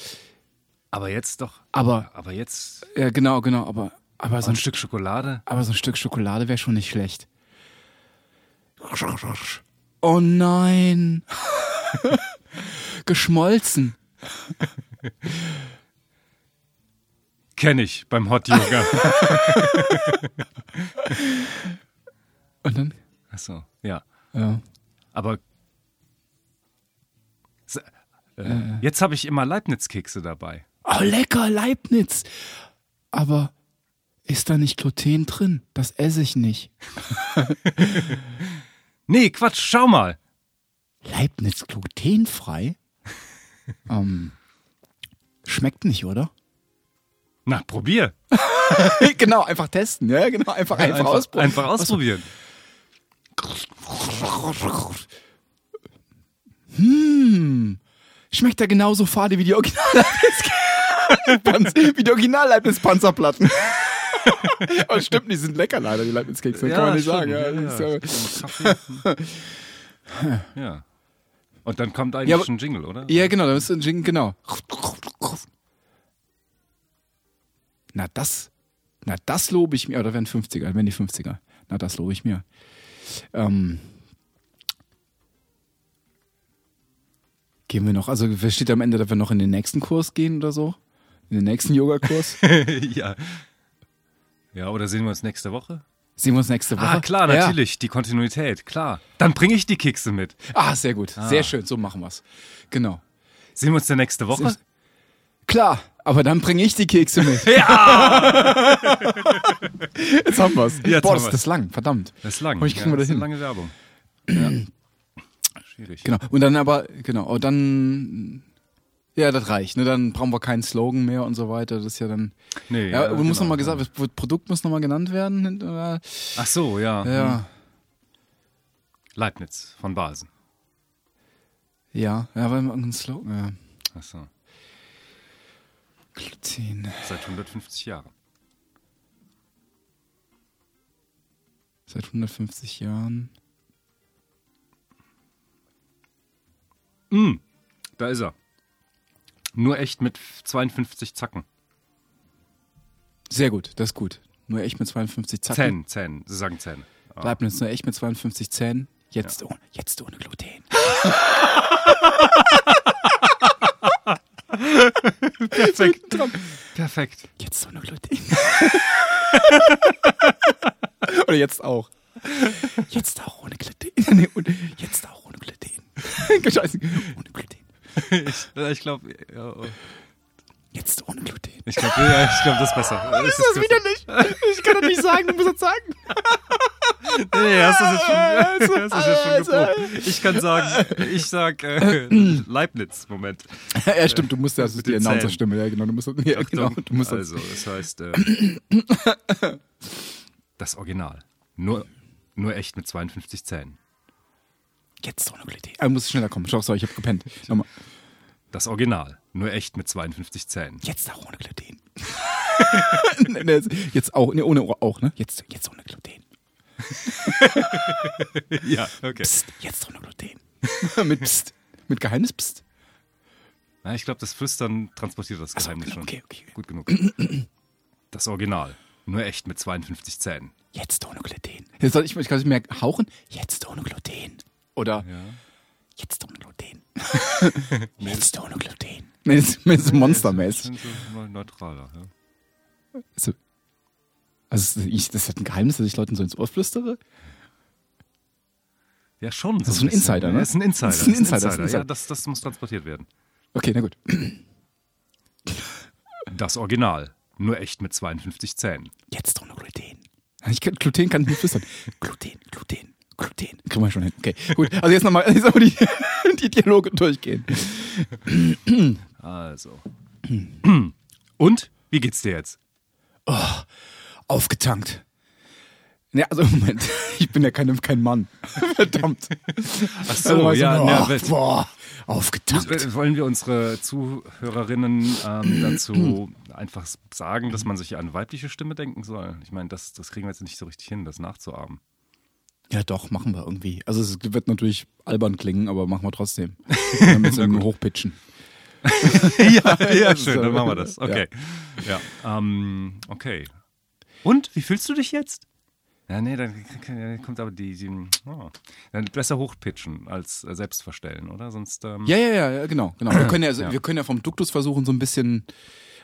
S4: Aber jetzt doch.
S1: Aber,
S4: Aber jetzt
S1: ja, genau, genau, aber, aber, so
S4: ein
S1: ein,
S4: Stück Schokolade.
S1: aber so ein Stück Schokolade wäre schon nicht schlecht. Oh nein! Geschmolzen.
S4: Kenne ich beim Hot Yoga.
S1: Und dann?
S4: Achso, ja.
S1: Ja.
S4: Aber S- äh, jetzt habe ich immer Leibniz-Kekse dabei.
S1: Oh, lecker, Leibniz. Aber ist da nicht Gluten drin? Das esse ich nicht.
S4: Nee, Quatsch, schau mal.
S1: Leibniz glutenfrei? ähm, schmeckt nicht, oder?
S4: Na, probier.
S1: genau, einfach testen. Ja, genau, einfach, einfach, ausprobieren.
S4: Einfach ausprobieren.
S1: Hm, Schmeckt da genauso fade wie die Original-Leibniz-Panzer- wie die Original-Leibniz-Panzerplatten. Aber stimmt, die sind lecker leider, die Leibniz-Kekse. kann man nicht
S4: stimmt,
S1: sagen. Ja, das ist,
S4: Ja,
S1: äh,
S4: Kaffee. ja. Und dann kommt eigentlich
S1: Ja, aber-
S4: schon ein Jingle, oder?
S1: Ja, genau, da müsste ein Jingle, genau. Na das, na das lobe ich mir, oder wären 50er, wären die 50er. Na das lobe ich mir. Ähm, gehen wir noch, also wer steht am Ende, dass wir noch in den nächsten Kurs gehen oder so? In den nächsten Yoga-Kurs?
S4: ja. Ja, oder sehen wir uns nächste Woche?
S1: Sehen wir uns nächste Woche.
S4: Ah, klar,
S1: Ja.
S4: natürlich. Die Kontinuität, klar. Dann bringe ich die Kekse mit.
S1: Ah, sehr gut, sehr schön, so machen wir's. Genau.
S4: Sehen wir uns dann nächste Woche?
S1: Klar, aber dann bringe ich die Kekse mit. Ja! Jetzt haben wir's.
S4: Jetzt
S1: Boah,
S4: haben
S1: das
S4: wir's.
S1: ist das lang, verdammt.
S4: Das ist lang.
S1: Oh, ich kriegen
S4: ja,
S1: wir das
S4: ist eine
S1: hin.
S4: lange Werbung. Ja. Schwierig.
S1: Genau. Und genau, dann aber, genau, und dann Ja, das reicht. Ne? Dann brauchen wir keinen Slogan mehr und so weiter. Das ist ja dann.
S4: Nee,
S1: Ja,
S4: ja,
S1: muss
S4: genau.
S1: nochmal gesagt, das Produkt muss nochmal genannt werden. hin- Oder?
S4: Ach so, ja. Hm.
S1: Ja,
S4: Leibniz von Basen.
S1: ja, ja, weil man einen Slogan. Ja.
S4: Ach so.
S1: Gluten.
S4: Seit 150 Jahren.
S1: Seit 150 Jahren.
S4: Hm. Da ist er. Nur echt mit 52 Zacken.
S1: Sehr gut, das ist gut. Nur echt mit 52 Zacken.
S4: Zähnen, Zähnen. Sie sagen Zähne. Ah.
S1: Bleibt nur echt mit 52 Zähnen. Jetzt, ohne, jetzt ohne Gluten.
S4: Perfekt. Perfekt.
S1: Jetzt ohne Gluten. Oder jetzt auch. Jetzt auch ohne Gluten. Nee, und jetzt auch ohne Gluten. Scheiße. Ohne Gluten.
S4: Ich, ich glaube, ja, oh.
S1: Jetzt ohne Gluten.
S4: ich glaube, ja, ich glaub, das ist besser. Das ist das wieder
S1: Ich kann das nicht sagen, du musst das sagen.
S4: Nee, hast du das jetzt schon, hast das jetzt schon geprobt. Ich kann sagen, ich sag äh, Leibniz. Moment.
S1: Ja, stimmt, du musst das ist
S4: Mit
S1: die
S4: den Zähnen.
S1: Announcer-Stimme. Ja, genau, du musst, ja, genau, du musst das.
S4: also, das heißt, äh, das Original. Nur, nur echt mit 52 Zähnen.
S1: Jetzt ohne Gluten. Ah, muss schneller kommen. Schau, sorry, ich hab gepennt. Nochmal.
S4: Das Original. Nur echt mit 52 Zähnen.
S1: Jetzt auch ohne Gluten. Nee, nee, jetzt auch, nee, ohne Ohr auch, ne? Jetzt, jetzt ohne Gluten.
S4: Ja, okay.
S1: Psst, jetzt ohne Gluten. mit Psst. Mit Geheimnis Psst.
S4: Na, ich glaube, das Flüstern transportiert das
S1: so,
S4: Geheimnis
S1: genau,
S4: schon.
S1: okay, okay.
S4: Gut genug. Das Original. Nur echt mit 52 Zähnen.
S1: Jetzt ohne Gluten. Jetzt soll ich, ich kann nicht mehr hauchen. Jetzt ohne Gluten. Oder jetzt ohne Gluten. jetzt ohne Gluten. Nee, das ist, das ist monstermäßig.
S4: Das ist schon so neutraler. Ja.
S1: Also, also ich, das ist halt ein Geheimnis, dass ich Leuten so ins Ohr flüstere.
S4: Ja, schon.
S1: Das ist ein
S4: bisschen.
S1: Insider, ne?
S4: Ja, ist ein Insider.
S1: Das ist ein
S4: ist
S1: Insider, das ist ein
S4: Ja,
S1: Insider.
S4: das, das muss transportiert werden.
S1: Okay, na gut.
S4: Das Original. Nur echt mit 52 Zähnen.
S1: Jetzt ohne Gluten. Also Ich kann, Gluten kann ich nicht flüstern. Gluten, Gluten, Gluten. Kriegen wir schon hin. Okay, gut. Also jetzt nochmal jetzt noch mal die, die Dialoge durchgehen.
S4: Also. Und? Wie geht's dir jetzt?
S1: Aufgetankt. Ja, also Moment, ich bin ja kein, kein Mann. Verdammt.
S4: Ach
S1: Also,
S4: ja,
S1: weißt du,
S4: na,
S1: boah,
S4: wir-
S1: boah, aufgetankt.
S4: äh, wollen wir unsere Zuhörerinnen ähm, dazu einfach sagen, dass man sich an weibliche Stimme denken soll? Ich meine, das, das kriegen wir jetzt nicht so richtig hin, das nachzuahmen.
S1: Ja, doch, machen wir irgendwie. Also es wird natürlich albern klingen, aber machen wir trotzdem. Dann müssen wir nur hochpitchen.
S4: ja, ja,
S1: schön,
S4: schön, dann machen wir das. Okay. Ja. Ähm, okay. Und, wie fühlst du dich jetzt? Ja, nee, dann k- k- kommt aber die, die oh. dann besser hochpitchen als äh, selbst verstellen, oder? Sonst, ähm,
S1: Ja, ja, ja, ja, genau, genau. Wir können ja, also,
S4: Ja.
S1: wir können ja vom Duktus versuchen, so ein bisschen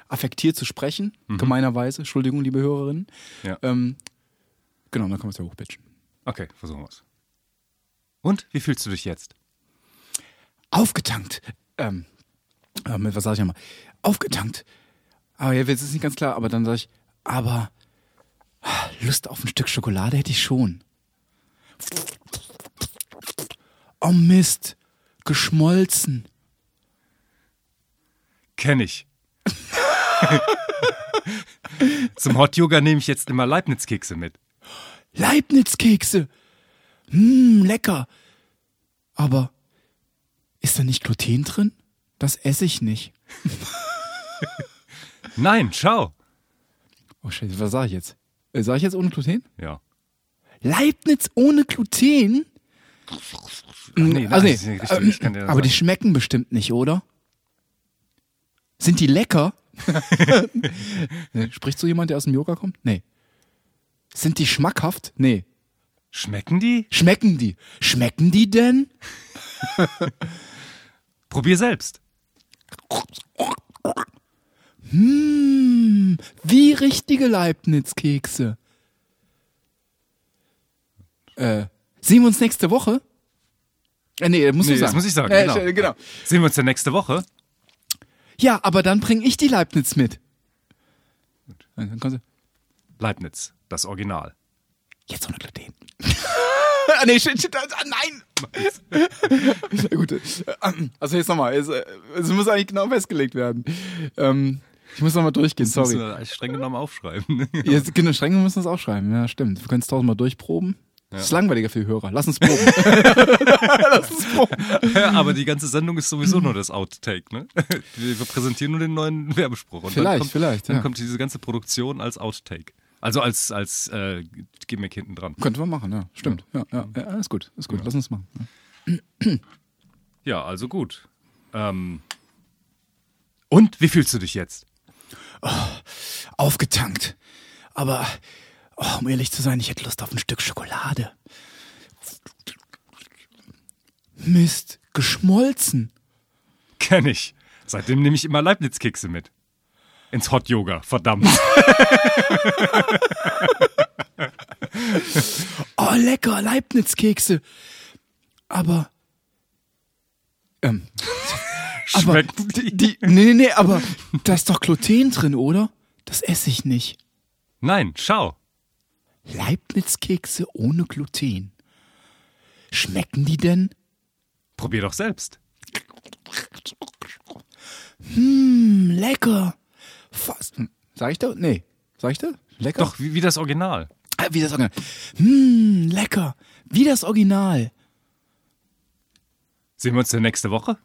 S1: affektiert zu sprechen, gemeinerweise. Entschuldigung, liebe Hörerinnen.
S4: Ja.
S1: Ähm, genau, dann kann man es ja hochpitchen.
S4: Okay, versuchen wir's. Und, wie fühlst du dich jetzt?
S1: Aufgetankt. Ähm, äh, mit was sage ich nochmal? Aufgetankt. Aber ja, jetzt ist nicht ganz klar, aber dann sage ich, aber ah, Lust auf ein Stück Schokolade hätte ich schon. Oh Mist, geschmolzen.
S4: Kenn ich. Zum Hot Yoga nehme ich jetzt immer Leibniz-Kekse mit.
S1: Leibniz-Kekse. Mh, lecker. Aber ist da nicht Gluten drin? Das esse ich nicht.
S4: Nein, schau.
S1: Oh Scheiße, was sage ich jetzt? Äh, Sage ich jetzt ohne Gluten?
S4: Ja.
S1: Leibniz ohne Gluten?
S4: nee,
S1: also nee,
S4: nein, das ist nicht richtig. Ich kann dir das
S1: aber die
S4: sagen.
S1: schmecken bestimmt nicht, oder? Sind die lecker? nee, sprichst du jemand, der aus dem Yoga kommt? Nee. Sind die schmackhaft? Nee.
S4: Schmecken die?
S1: Schmecken die? Schmecken die denn?
S4: Probier selbst.
S1: Mmh, wie richtige Leibniz-Kekse. Äh, sehen wir uns nächste Woche? Äh, nee, musst
S4: Nee,
S1: du sagen.
S4: das muss ich sagen.
S1: Äh,
S4: genau.
S1: genau.
S4: Sehen wir uns ja nächste Woche.
S1: Ja, aber dann bringe ich die Leibniz mit. Dann kommt sie.
S4: Leibniz, das Original.
S1: Jetzt ohne Gluten. Ah, nee, shit, shit, ah, nein! Gut, äh, ähm, also jetzt nochmal, es, äh, es muss eigentlich genau festgelegt werden. Ähm, ich muss nochmal durchgehen,
S4: Das
S1: sorry.
S4: müssen wir streng genommen aufschreiben.
S1: Jetzt, genau, Strenge müssen das auch schreiben, ja, stimmt. Wir können es tausendmal durchproben. Das ist langweiliger für die Hörer. Lass uns proben. Lass uns proben.
S4: Aber die ganze Sendung ist sowieso nur das Outtake, ne? Wir präsentieren nur den neuen Werbespruch. Und
S1: Vielleicht,
S4: dann kommt,
S1: vielleicht,
S4: Dann
S1: ja.
S4: kommt diese ganze Produktion als Outtake. Also als, als äh, Gimmick hinten dran.
S1: Könnte man machen, ja. Stimmt. Ja, ja, ja, ist gut, ist gut. Lass uns machen.
S4: Ja, also gut. Ähm. Und wie fühlst du dich jetzt?
S6: Aufgetankt. Aber, oh, um ehrlich zu sein, ich hätte Lust auf ein Stück Schokolade.
S1: Mist, geschmolzen.
S4: Kenn ich. Seitdem nehme ich immer Leibniz-Kekse mit. Ins Hot Yoga, verdammt.
S1: Oh, lecker, Leibniz-Kekse. Aber. Ähm, aber
S4: Schmecken
S1: die, die. Nee, nee, nee, aber da ist doch Gluten drin, oder? Das esse ich nicht.
S4: Nein, schau.
S1: Leibniz-Kekse ohne Gluten. Schmecken die denn?
S4: Probier doch selbst.
S1: Hm, lecker. Fast. hm, Sag ich da? Nee. Sag ich da? Lecker?
S4: Doch, wie, wie das Original.
S1: Ah, Wie das Original. Hm, lecker. Wie das Original.
S4: Sehen wir uns denn nächste Woche?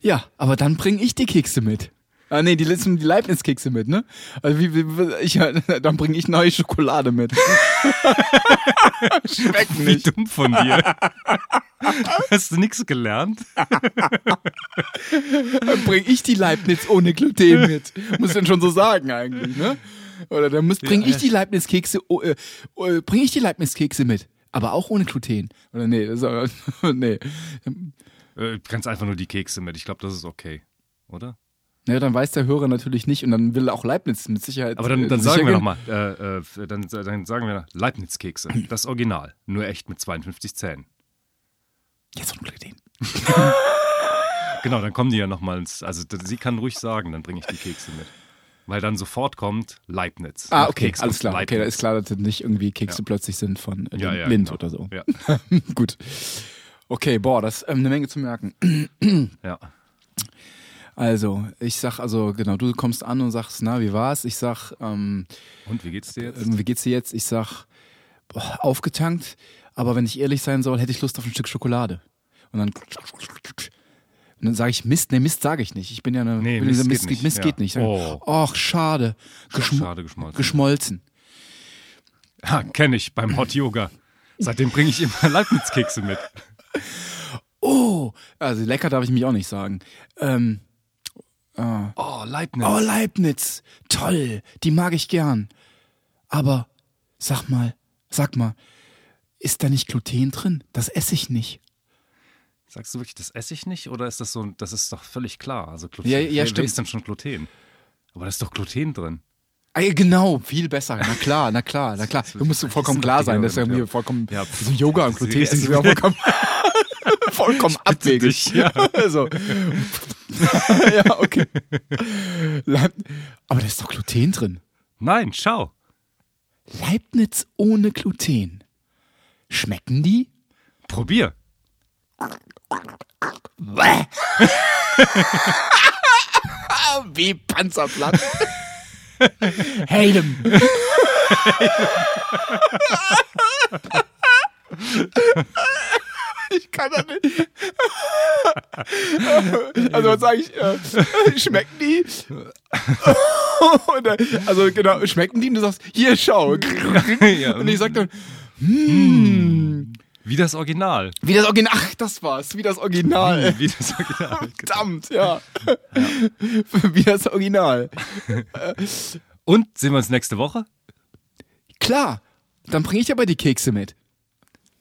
S1: Ja, aber dann bringe ich die Kekse mit. Ah nee, die letzten die Leibniz-Kekse mit, ne? Also wie, wie wie- ich, dann bringe ich neue Schokolade mit. Schmeckt
S4: Wie dumm von dir. Hast du nichts gelernt?
S1: Dann bringe ich die Leibniz ohne Gluten mit. Muss denn schon so sagen eigentlich, ne? Oder dann muss bringe ich die Leibniz-Kekse oh, äh, oh, bringe ich die Leibniz-Kekse mit, aber auch ohne Gluten. Oder nee, das ist, aber- nee.
S4: Äh, kannst einfach nur die Kekse mit. Ich glaube, das ist okay. Oder?
S1: Naja, dann weiß der Hörer natürlich nicht und dann will auch Leibniz mit Sicherheit.
S4: Aber dann, dann
S1: äh,
S4: sagen wir
S1: sicher-
S4: nochmal, äh, äh, dann, dann sagen wir Leibniz-Kekse, das Original, nur echt mit 52 Zähnen.
S1: Jetzt ohne Gluten.
S4: Genau, dann kommen die ja nochmal ins, also d- sie kann ruhig sagen, dann bringe ich die Kekse mit. Weil dann sofort kommt Leibniz.
S1: Ah,
S4: Nach
S1: okay,
S4: Keks
S1: alles
S4: kommt
S1: klar. Okay, da
S4: Leibniz.
S1: ist klar, dass das nicht irgendwie Kekse plötzlich sind von äh,
S4: Ja, ja,
S1: Lind
S4: genau.
S1: oder so.
S4: Ja,
S1: Gut. Okay, boah, das ist ähm, eine Menge zu merken.
S4: ja.
S1: Also, ich sag, also genau, du kommst an und sagst, na, wie war's? Ich sag, ähm,
S4: Und wie geht's dir jetzt?
S1: ähm, wie geht's dir jetzt? Ich sag, boah, aufgetankt, aber wenn ich ehrlich sein soll, hätte ich Lust auf ein Stück Schokolade. Und dann, und dann sage ich, Mist, nee, Mist sage ich nicht. Ich bin ja eine,
S4: Nee,
S1: bin
S4: Mist
S1: diese
S4: geht nicht,
S1: Mist
S4: ja.
S1: geht nicht. Sag,
S4: Oh.
S1: Och, schade. Geschm
S4: schade, geschmolzen.
S1: geschmolzen.
S4: Ah, kenn ich beim Hot Yoga. Seitdem bringe ich immer Leibniz-Kekse mit.
S1: Oh, also lecker darf ich mich auch nicht sagen. Ähm,
S4: Oh, Leibniz.
S1: Oh, Leibniz. Toll. Die mag ich gern. Aber sag mal, sag mal, ist da nicht Gluten drin? Das esse ich nicht.
S4: Sagst du wirklich, das esse ich nicht? Oder ist das so, das ist doch völlig klar. Also Gluten.
S1: Ja, ja,
S4: Wer- Wer
S1: stimmt.
S4: ist denn schon Gluten? Aber da ist doch Gluten drin.
S1: Ah, ja, genau, viel besser. Na klar, na klar, na klar. Du musst
S4: das
S1: vollkommen
S4: ist
S1: klar
S4: doch
S1: sein, dass
S4: die
S1: er
S4: Yoga-
S1: mir vollkommen
S4: Ja,
S1: diesem Yoga und Gluten ist das ja vollkommen, vollkommen abwegig.
S4: dich, ja.
S1: Also, ja, okay. Leib- Aber da ist doch Gluten drin.
S4: Nein, schau.
S1: Leibniz ohne Gluten. Schmecken die?
S4: Probier.
S1: Wie Panzerplatt. Hate him. Ich kann das nicht. Also was sage ich? Äh, schmecken die? Und, äh, also genau, schmecken die? Und du sagst, hier schau. Und ich sag dann,
S4: Wie das Original.
S1: wie das Original. Ach, das war's, wie das Original.
S4: Wie das Original.
S1: Verdammt, ja. Wie das Original.
S4: Und sehen wir uns nächste Woche?
S1: Klar, dann bringe ich aber die Kekse mit.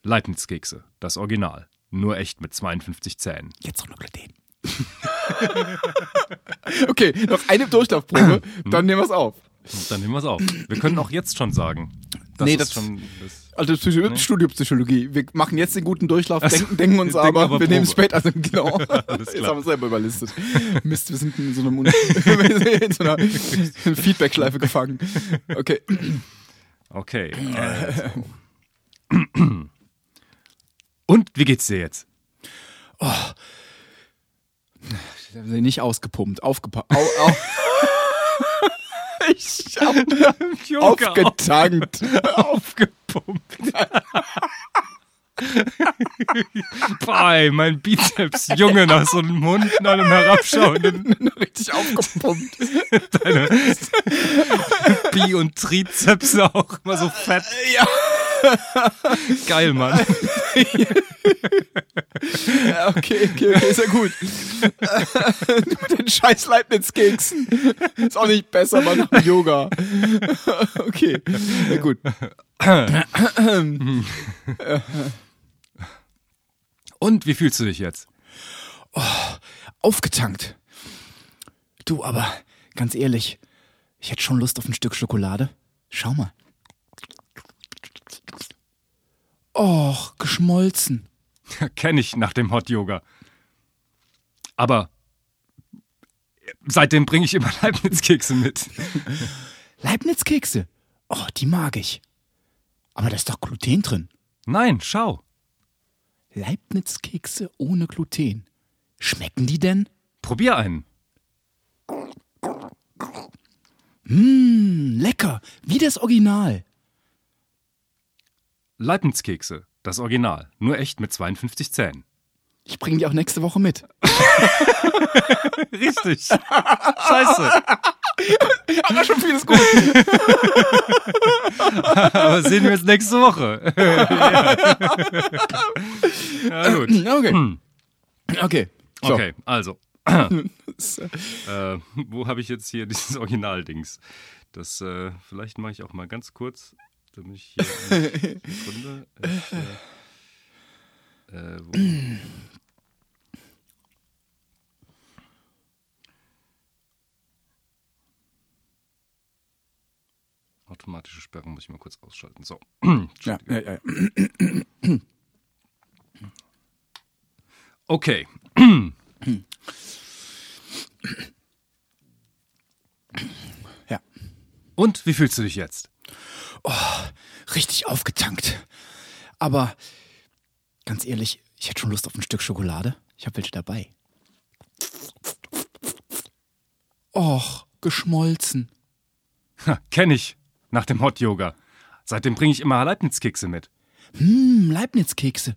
S4: Leibniz-Kekse, das Original. Nur echt mit 52 Zähnen.
S1: Jetzt ohne Gluten. okay, noch eine Durchlaufprobe,
S4: Hm.
S1: dann nehmen wir es auf.
S4: Und dann nehmen wir es auf. Wir können auch jetzt schon sagen. Das
S1: Nee,
S4: ist
S1: das-
S4: schon. Das,
S1: Also Psycho Studiopsychologie. Wir machen jetzt den guten Durchlauf,
S4: so.
S1: denken, denken uns
S4: Also,
S1: aber,
S4: Wir denken aber
S1: wir nehmen es
S4: Probe.
S1: später. Also, genau. Jetzt
S4: klar.
S1: haben wir es selber überlistet. Mist, wir sind in so, einem, wir sind in so einer Feedback-Schleife gefangen. Okay.
S4: okay. Also. Und wie geht's dir jetzt?
S1: Nicht ausgepumpt, aufgepackt. Au, au. ich hab
S4: Yoga
S1: aufgetankt.
S4: aufgepumpt. Bei, mein Bizeps, Junge, nach so einem Mund und einem herabschauenden
S1: Richtig aufgepumpt.
S4: Bi- und Trizeps auch immer so fett.
S1: Ja.
S4: Geil, Mann.
S1: Ja, okay, okay, okay, ist ja gut. Mit den scheiß Leibniz-Keksen. Ist auch nicht besser, man nach dem Yoga. Okay, na gut.
S4: Und wie fühlst du dich jetzt?
S6: Aufgetankt. Du, aber ganz ehrlich, ich hätte schon Lust auf ein Stück Schokolade. Schau mal. Och, geschmolzen.
S4: Kenn ich nach dem Hot Yoga. Aber seitdem bringe ich immer Leibniz-Kekse mit.
S6: Leibniz-Kekse. Oh, die mag ich. Aber da ist doch Gluten drin.
S4: Nein, schau.
S6: Leibniz-Kekse ohne Gluten. Schmecken die denn?
S4: Probier einen.
S6: Hm, lecker, wie das Original.
S4: Leibniz-Kekse, das Original, nur echt mit 52 Zähnen.
S1: Ich bringe die auch nächste Woche mit.
S4: Richtig. Scheiße.
S1: Aber Ah, schon vieles gut.
S4: Aber sehen wir uns nächste Woche. ja. ja, gut.
S1: Okay. Okay. So.
S4: Okay, also. äh, wo habe ich jetzt hier dieses Originaldings? Das, äh, vielleicht mache ich auch mal ganz kurz, damit ich hier eine Sekunde. Ich, äh, äh, wo? Automatische Sperre muss ich mal kurz ausschalten. So.
S1: Ja, ja, ja.
S4: Okay.
S1: Ja.
S4: Und wie fühlst du dich jetzt?
S6: Richtig aufgetankt. Aber ganz ehrlich, ich hätte schon Lust auf ein Stück Schokolade. Ich habe welche dabei. Och, geschmolzen.
S4: Ha, kenn ich nach dem Hot Yoga. Seitdem bringe ich immer Leibniz-Kekse mit.
S6: Hm, Leibniz-Kekse.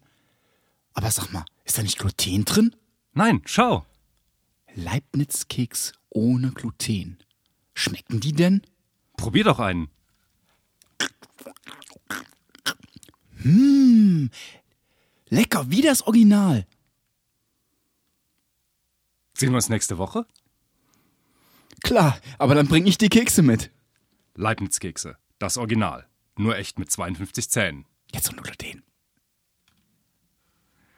S6: Aber sag mal, ist da nicht Gluten drin?
S4: Nein, schau.
S6: Leibniz-Keks ohne Gluten. Schmecken die denn?
S4: Probier doch einen.
S6: Lecker, wie das Original.
S4: Sehen wir uns nächste Woche?
S1: Klar, aber dann bringe ich die Kekse mit.
S4: Leibniz-Kekse. Das Original. Nur echt mit 52 Zähnen.
S6: Jetzt ohne Gluten.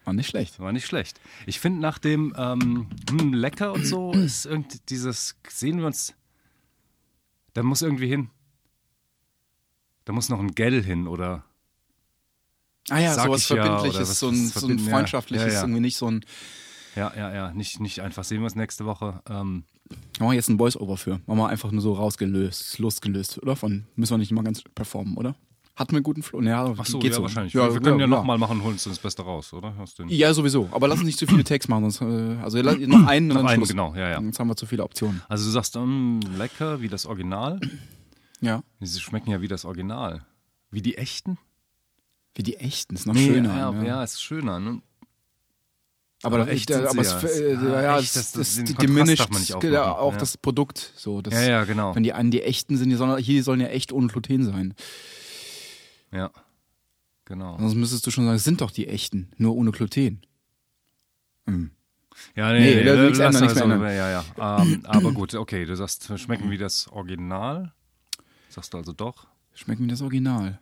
S1: War nicht schlecht.
S4: War nicht schlecht. Ich finde nach dem ähm, hm, lecker und so ist irgendwie dieses sehen wir uns. Da muss irgendwie hin. Da muss noch ein Gell hin oder
S1: Ah ja,
S4: Sag
S1: sowas
S4: ich ja,
S1: Verbindliches,
S4: oder was-
S1: so, ein,
S4: was
S1: so ein
S4: verbinden- ja,
S1: freundschaftliches,
S4: ja, ja.
S1: irgendwie nicht so ein.
S4: ja ja ja nicht nicht einfach sehen wir uns nächste Woche. Ähm,
S1: Machen wir jetzt ein Voice-Over für. Machen wir einfach nur so rausgelöst, losgelöst, oder? Von müssen wir nicht immer ganz performen, oder? Hatten wir einen guten Flow? Ja,
S4: ach so,
S1: geht
S4: ja,
S1: so.
S4: wahrscheinlich. wir können
S1: klar.
S4: ja, nochmal machen und holen uns das Beste raus, oder? Hast du den-
S1: Ja, sowieso. Aber lass uns nicht zu viele Takes machen, sonst. Äh, also lass, noch einen und
S4: Noch
S1: dann
S4: einen,
S1: Schluss.
S4: genau, ja, ja.
S1: Sonst haben wir zu viele Optionen.
S4: Also du sagst hm, lecker wie das Original.
S1: Ja.
S4: Sie schmecken ja wie das Original. Wie die echten?
S1: Wie die echten, ist noch schöner.
S4: Ja,
S1: ne?
S4: ja, ist schöner. Ne?
S1: Aber,
S4: Aber
S1: das-
S4: echt sind
S1: aber
S4: sie
S1: es,
S4: ja.
S1: äh,
S4: Ah,
S1: ja, ja,
S4: echt,
S1: es, das,
S4: das- das- den Kontrast
S1: diminisht
S4: darf man nicht aufmachen.
S1: ja, auch
S4: Ja.
S1: das Produkt. So, das,
S4: Ja, ja, genau.
S1: Wenn die einen die echten sind, die sollen, hier sollen ja echt ohne Gluten sein.
S4: Ja, genau.
S1: Sonst müsstest du schon sagen, es sind doch die echten, nur ohne Gluten.
S4: Ja, nee,
S1: Nee,
S4: nee,
S1: da
S4: nee
S1: nichts
S4: lass
S1: ändern,
S4: das
S1: nichts
S4: so,
S1: ändern.
S4: Ja, ja. Ähm, aber gut, okay, du sagst, schmecken wie das Original. Sagst du also doch.
S1: Schmecken wie das Original.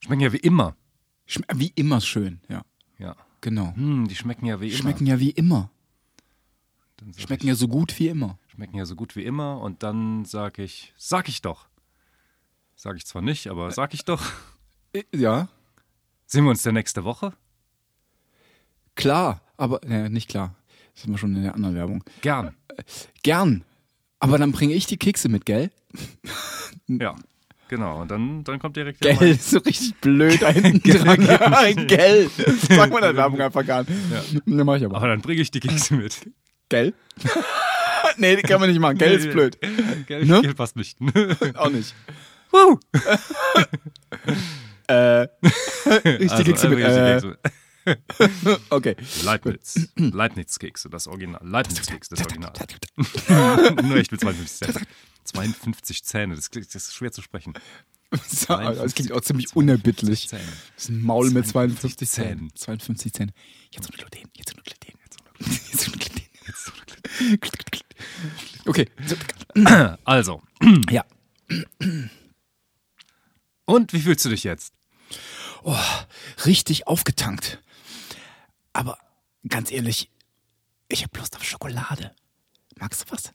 S4: Schmecken ja wie immer.
S1: Schm wie immer schön, ja.
S4: Ja.
S1: Genau.
S4: Hm, die schmecken ja wie immer.
S1: Schmecken ja wie immer.
S4: Dann sag
S1: Schmecken ja so gut wie immer.
S4: ich, schmecken ja so gut wie immer und dann sag ich, sag ich doch. Sag ich zwar nicht, aber sag ich doch.
S1: Äh, Ja,
S4: Sehen wir uns denn nächste Woche?
S1: klar, aber äh, nicht klar. Das haben wir schon in der anderen Werbung.
S4: Gern.
S1: Gern. Aber dann bringe ich die Kekse mit, gell?
S4: Ja. Genau, und dann, dann kommt direkt der
S1: Gell, so richtig blöd da hinten dran. Ein Gell. Sag mal in der Werbung einfach gar nicht. Ne, mach ich aber.
S4: Aber dann bringe ich die Kekse mit.
S1: Gell? nee, die kann man nicht machen. Gell ist blöd.
S4: Gell,
S1: Ne?
S4: Geld passt nicht.
S1: Auch nicht.
S4: Woo!
S1: Äh, Richtig
S4: Also,
S1: Kekse mit.
S4: also
S1: Äh,
S4: Kekse.
S1: okay.
S4: Leibniz. Leibniz-Kekse, das Original. Leibniz-Kekse, das Original. Nur echt mit 52 Zähnen. 52 Zähne, das, klingt- das ist schwer zu sprechen.
S1: So, das klingt auch ziemlich unerbittlich.
S4: Zähne.
S1: Das ist ein Maul mit 52
S4: Zähnen.
S1: Zähnen. 52 Zähnen. Jetzt ohne Gluten, jetzt ohne Gluten, jetzt ohne Gluten, jetzt ohne Gluten. Jetzt ohne Gluten. Okay.
S4: Also,
S1: Ja.
S4: und wie fühlst du dich jetzt?
S1: richtig aufgetankt. Aber ganz ehrlich, ich habe Lust auf Schokolade. Magst du was?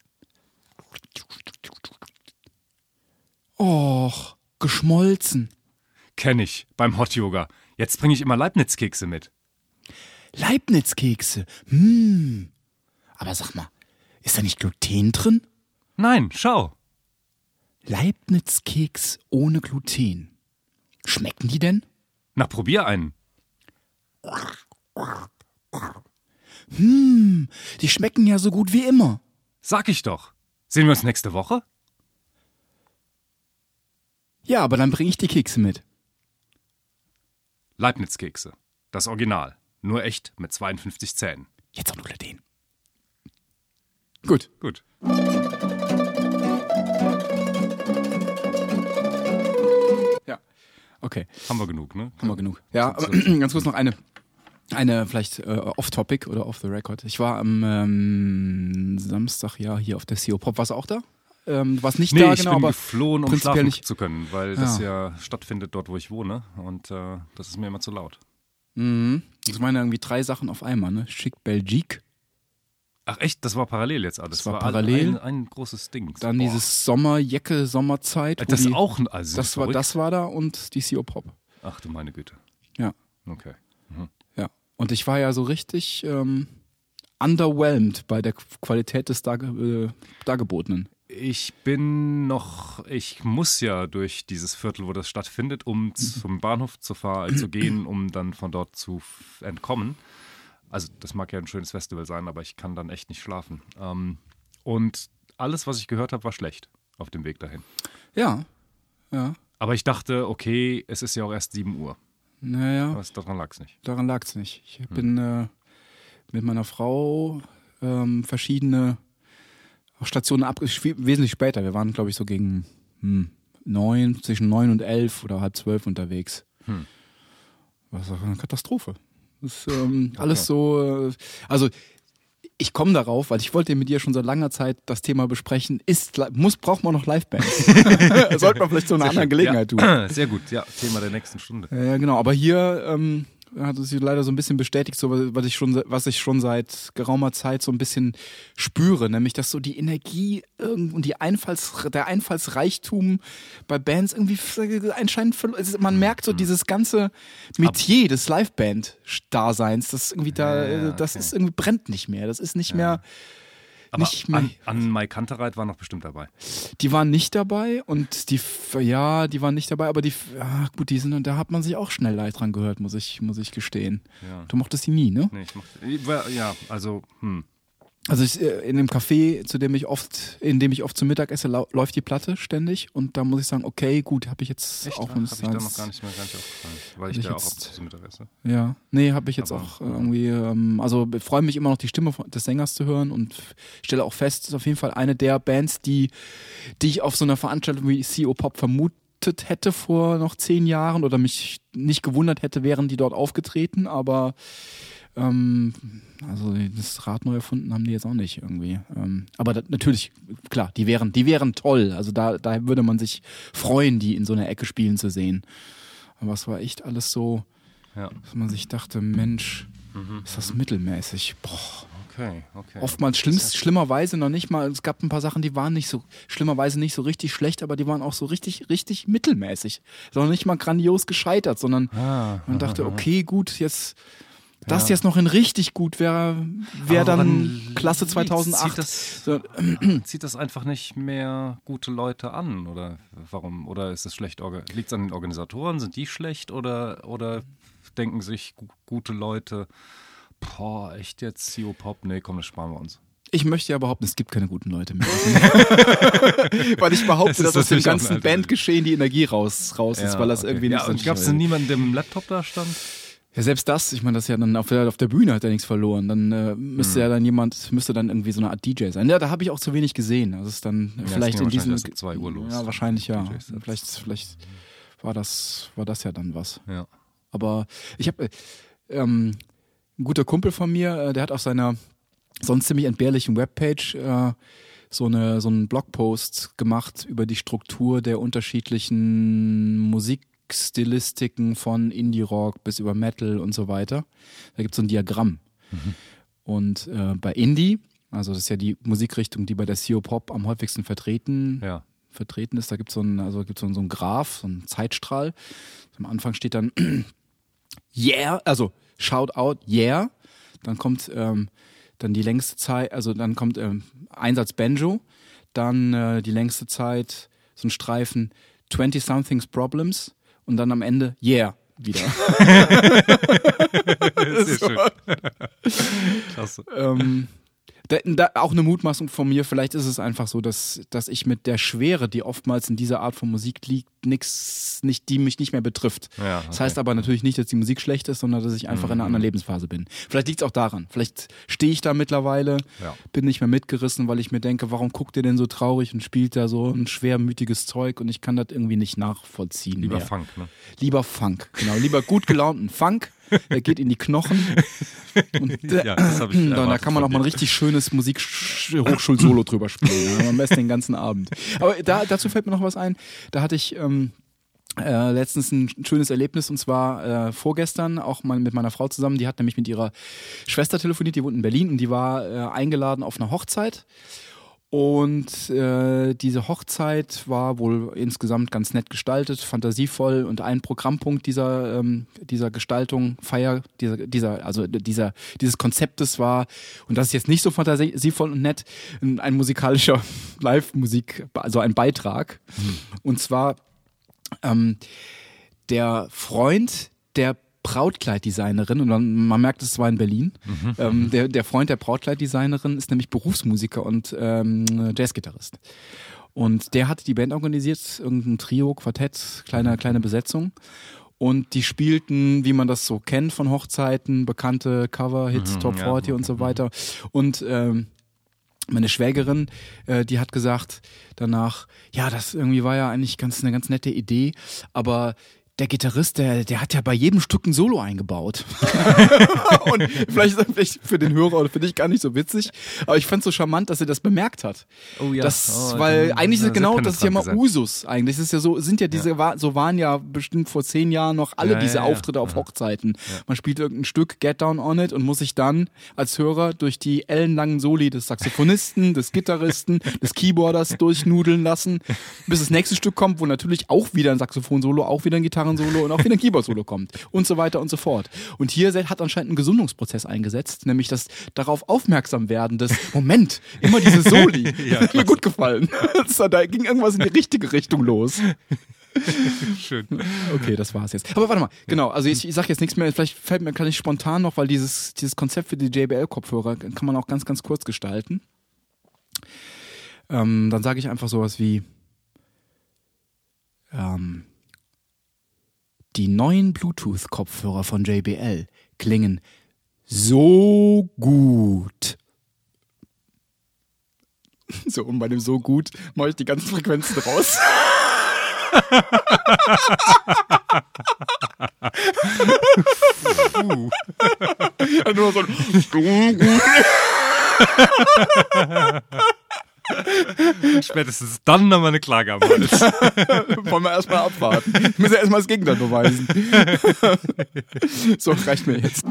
S1: Och, geschmolzen.
S4: Kenn ich beim Hot Yoga. Jetzt bringe ich immer Leibniz-Kekse mit.
S1: Leibniz-Kekse. Hm. Aber sag mal, ist da nicht Gluten drin?
S4: Nein, schau.
S1: Leibniz-Keks ohne Gluten. Schmecken die denn?
S4: Na, probier einen.
S1: Die schmecken ja so gut wie immer.
S4: Sag ich doch. Sehen wir uns nächste Woche?
S1: Ja, aber dann bringe ich die Kekse mit.
S4: Leibniz-Kekse. Das Original. Nur echt mit 52 Zähnen.
S1: Jetzt ohne Gluten. Gut.
S4: Gut.
S1: Ja. Okay,
S4: Haben wir genug, ne?
S1: haben wir genug. Ja, aber ganz kurz noch eine, eine vielleicht äh, off-topic oder off the record. Ich war am ähm, Samstag ja hier auf der CO Pop. Warst du auch da? Ähm, du warst nicht
S4: Nee,
S1: da,
S4: ich
S1: genau,
S4: bin
S1: aber
S4: geflohen, um
S1: prinzipiell
S4: schlafen
S1: nicht.
S4: zu können, weil das ja stattfindet dort, wo ich wohne. Und äh, das ist mir immer zu laut.
S1: Mhm. ich meine irgendwie drei Sachen auf einmal, ne? Schick Belgique,
S4: Ach echt, das war parallel jetzt alles.
S1: Das war
S4: all-
S1: parallel.
S4: Ein, ein großes Ding.
S1: dann
S4: Boah.
S1: dieses Sommerjecke, Sommerzeit. wo
S4: Das
S1: die,
S4: ist auch ein. Also
S1: das war,
S4: verrückt.
S1: das war da und die CO Pop.
S4: Ach du meine Güte.
S1: Ja.
S4: Okay.
S1: Ja. Und ich war ja so richtig ähm, underwhelmed bei der Qualität des Darge äh, Dargebotenen.
S4: Ich bin noch, ich muss ja durch dieses Viertel, wo das stattfindet,
S1: Mhm.
S4: um zum Bahnhof zu fahren, zu gehen, um dann von dort zu f- entkommen. Also das mag ja ein schönes Festival sein, aber ich kann dann echt nicht schlafen. Ähm, und alles, was ich gehört habe, war schlecht auf dem Weg dahin.
S1: Ja. Ja.
S4: Aber ich dachte, okay, es ist ja auch erst 7 Uhr.
S1: Naja.
S4: Was, daran lag es nicht.
S1: daran lag es nicht. Ich bin äh, mit meiner Frau ähm, verschiedene Stationen ab wesentlich später. Wir waren, glaube ich, so gegen hm, neun, zwischen neun und elf oder halb zwölf unterwegs. Was auch eine Katastrophe. Das ist ähm, alles so. Äh, also ich komme darauf, weil ich wollte mit dir schon seit langer Zeit das Thema besprechen. Ist li- muss braucht man noch Livebands? Sollte man vielleicht zu einer anderen Gelegenheit tun.
S4: Ja, sehr gut, ja, Thema der nächsten Stunde.
S1: Ja, ja, genau. Aber hier ähm, hat es sich leider so ein bisschen bestätigt, so was was ich schon, se- was ich schon seit geraumer Zeit so ein bisschen spüre, nämlich dass so die Energie irgend- und die Einfalls, der Einfallsreichtum bei Bands irgendwie f- anscheinend verlo- es ist- man
S4: Mhm.
S1: merkt so dieses ganze Metier des Liveband-Daseins, das irgendwie da, äh, das ist irgendwie brennt nicht mehr, das ist nicht mehr.
S4: Aber
S1: Nicht mehr.
S4: an, an Mai Kantereit war noch bestimmt dabei.
S1: Die waren nicht dabei und die, f- ja, die waren nicht dabei, aber die, f- ja, gut, die sind, und da hat man sich auch schnell leid dran gehört, muss ich, muss ich gestehen.
S4: Ja.
S1: Du mochtest die nie, ne?
S4: Nee, ich mach, ja, also, hm.
S1: Also ich, äh, in dem Café, zu dem ich oft, in dem ich oft zum Mittag esse, lau- läuft die Platte ständig und da muss ich sagen, okay, gut, habe ich jetzt
S4: Echt?
S1: auch
S4: Habe ich
S1: uns
S4: da noch gar nicht mehr gar nicht aufgefallen, weil ich
S1: ich
S4: da auch
S1: jetzt-
S4: ab zum Mittagessen.
S1: Ja, nee, habe ich jetzt
S4: Aber-
S1: auch äh, irgendwie, ähm, also be- freue mich immer noch die Stimme von- des Sängers zu hören und f- stelle auch fest, ist auf jeden Fall eine der Bands, die, die ich auf so einer Veranstaltung wie CO Pop vermutet hätte vor noch zehn Jahren oder mich nicht gewundert hätte, wären die dort aufgetreten, aber ähm, also das Rad neu erfunden haben die jetzt auch nicht irgendwie. Ähm, aber da, natürlich, klar, die wären, die wären toll. Also da, da würde man sich freuen, die in so einer Ecke spielen zu sehen. Aber es war echt alles so
S4: Ja,
S1: dass man sich dachte, Mensch, ist das mittelmäßig. Boah.
S4: okay, okay.
S1: Oftmals schlimmst, schlimmerweise noch nicht mal. Es gab ein paar Sachen, die waren nicht so, schlimmerweise nicht so richtig schlecht, aber die waren auch so richtig, richtig
S4: Ah,
S1: mittelmäßig. Sondern nicht mal grandios gescheitert, sondern man dachte, okay, gut, jetzt Das jetzt noch in richtig gut wäre, wäre
S4: Aber
S1: dann
S4: woran
S1: Klasse
S4: liegt's?
S1: 2008.
S4: Zieht das,
S1: So,
S4: zieht das einfach nicht mehr gute Leute an? Oder warum? Oder ist es schlecht? Liegt es an den Organisatoren? Sind die schlecht? Oder, oder denken sich gu gute Leute, boah, echt jetzt CEO Pop? Nee, komm, das sparen wir uns.
S1: Ich möchte ja behaupten, es gibt keine guten Leute mehr. weil ich behaupte,
S4: Das ist
S1: dass aus dem
S4: natürlich auch eine
S1: ganzen
S4: alte Lüge.
S1: Bandgeschehen die Energie raus, raus ist, weil das
S4: okay.
S1: irgendwie
S4: ja,
S1: nicht
S4: und Gab es denn
S1: nicht.
S4: niemanden, der mit dem Laptop da stand?
S1: Ja, selbst das, ich meine, das ist ja dann auf der, auf der Bühne hat er nichts verloren. Dann äh, müsste
S4: Mhm.
S1: ja dann jemand, müsste dann irgendwie so eine Art DJ sein. Ja, da habe ich auch zu wenig gesehen. Das ist dann
S4: es
S1: vielleicht
S4: ging
S1: in
S4: ja wahrscheinlich
S1: diesem.
S4: erst ab 2 Uhr los.
S1: Ja, wahrscheinlich ja.
S4: DJs jetzt.
S1: Vielleicht, vielleicht war das, war das ja dann was.
S4: Ja.
S1: Aber ich habe äh, ähm, ein guter Kumpel von mir, äh, der hat auf seiner sonst ziemlich entbehrlichen Webpage äh, so, eine, so einen Blogpost gemacht über die Struktur der unterschiedlichen Musikstilistiken von Indie-Rock bis über Metal und so weiter. Da gibt es so ein Diagramm. Und äh, bei Indie, also das ist ja die Musikrichtung, die bei der CO Pop am häufigsten vertreten
S4: Ja.
S1: vertreten ist. Da gibt so es einen- also gibt's so, einen- so einen Graph, so einen Zeitstrahl. Am Anfang steht dann Yeah, also Shout Out Yeah. Dann kommt ähm, dann die längste Zeit, also dann kommt ähm, Einsatz Banjo. Dann äh, die längste Zeit, so ein Streifen 20 Somethings Problems. Und dann am Ende Yeah wieder.
S4: Sehr schön. Klasse.
S1: ähm, da, da, auch eine Mutmaßung von mir, vielleicht ist es einfach so, dass, dass ich mit der Schwere, die oftmals in dieser Art von Musik liegt, nix, nicht, die mich nicht mehr betrifft.
S4: Ja, okay. Mhm.
S1: Das heißt aber natürlich nicht, dass die Musik schlecht ist, sondern dass ich einfach in einer anderen Lebensphase bin. Vielleicht liegt es auch daran. Vielleicht stehe ich da mittlerweile,
S4: Ja.
S1: bin nicht mehr mitgerissen, weil ich mir denke, warum guckt ihr denn so traurig und spielt da so ein schwermütiges Zeug und ich kann das irgendwie nicht nachvollziehen.
S4: Lieber
S1: mehr.
S4: Funk, ne?
S1: Lieber Funk, genau. Lieber gut gelaunten Funk, der geht in die Knochen. Und
S4: Ja, das hab ich
S1: da, da
S4: erwartet
S1: kann man auch
S4: von
S1: mal ein
S4: dir.
S1: richtig schönes Musikhochschul-Solo drüber spielen. Ja, am besten den ganzen Abend. Aber da, dazu fällt mir noch was ein. Da hatte ich ähm, äh, letztens ein schönes Erlebnis und zwar äh, vorgestern auch mal mit meiner Frau zusammen. Die hat nämlich mit ihrer Schwester telefoniert, die wohnt in Berlin und die war äh, eingeladen auf eine Hochzeit. Und äh, diese Hochzeit war wohl insgesamt ganz nett gestaltet, fantasievoll und ein Programmpunkt dieser, ähm, dieser Gestaltung, Feier, dieser, dieser, also dieser, dieses Konzeptes war, und das ist jetzt nicht so fantasievoll und nett, ein, ein musikalischer Live-Musik, also ein Beitrag. Und zwar ähm, der Freund der Brautkleiddesignerin, und man, man merkt, es war in Berlin, ähm, der, der Freund der Brautkleiddesignerin ist nämlich Berufsmusiker und ähm, Jazzgitarrist. Und der hat die Band organisiert, irgendein Trio, Quartett, kleine, kleine Besetzung. Und die spielten, wie man das so kennt von Hochzeiten, bekannte Cover-Hits, Top
S4: ja.
S1: 40 und so weiter. Und ähm, meine Schwägerin, äh, die hat gesagt danach, ja, das irgendwie war ja eigentlich ganz eine ganz nette Idee, aber der Gitarrist, der, der hat ja bei jedem Stück ein Solo eingebaut. und vielleicht ist das vielleicht für den Hörer oder für dich gar nicht so witzig, aber ich fand es so charmant, dass er das bemerkt hat.
S4: Oh ja.
S1: Das,
S4: Oh,
S1: weil
S4: dann-
S1: eigentlich ist es
S4: sehr
S1: genau, das ist ja mal
S4: penetrant
S1: Usus eigentlich. Das ist ja so, sind ja diese, wa- so waren ja bestimmt vor zehn Jahren noch alle
S4: Ja,
S1: diese
S4: ja, ja.
S1: Auftritte auf Hochzeiten. Man spielt irgendein Stück, Get Down on It und muss sich dann als Hörer durch die ellenlangen Soli des Saxophonisten, des Gitarristen, des Keyboarders durchnudeln lassen, bis das nächste Stück kommt, wo natürlich auch wieder ein Saxophon-Solo, auch wieder ein Gitarren-Solo und auch wieder ein Keyboard-Solo kommt und so weiter und so fort. Und hier hat anscheinend ein Gesundungsprozess eingesetzt, nämlich das darauf aufmerksam werden, dass, Moment, immer diese Soli,
S4: Ja,
S1: hat mir gut gefallen. So, da ging irgendwas in die richtige Richtung los.
S4: Schön.
S1: Okay, das war's jetzt. Aber warte mal, genau, also ich, ich sag jetzt nichts mehr, vielleicht fällt mir, kann ich spontan noch, weil dieses, dieses Konzept für die JBL-Kopfhörer kann man auch ganz, ganz kurz gestalten. Ähm, dann sage ich einfach sowas wie ähm, die neuen Bluetooth-Kopfhörer von JBL klingen so gut. So, und bei dem so gut mache ich die ganzen Frequenzen raus.
S6: Nur so ein
S4: Spätestens dann nochmal eine Klage am Hals.
S1: Wollen wir erstmal abwarten. Ich muss ja erstmal das Gegenteil beweisen. so, reicht mir jetzt.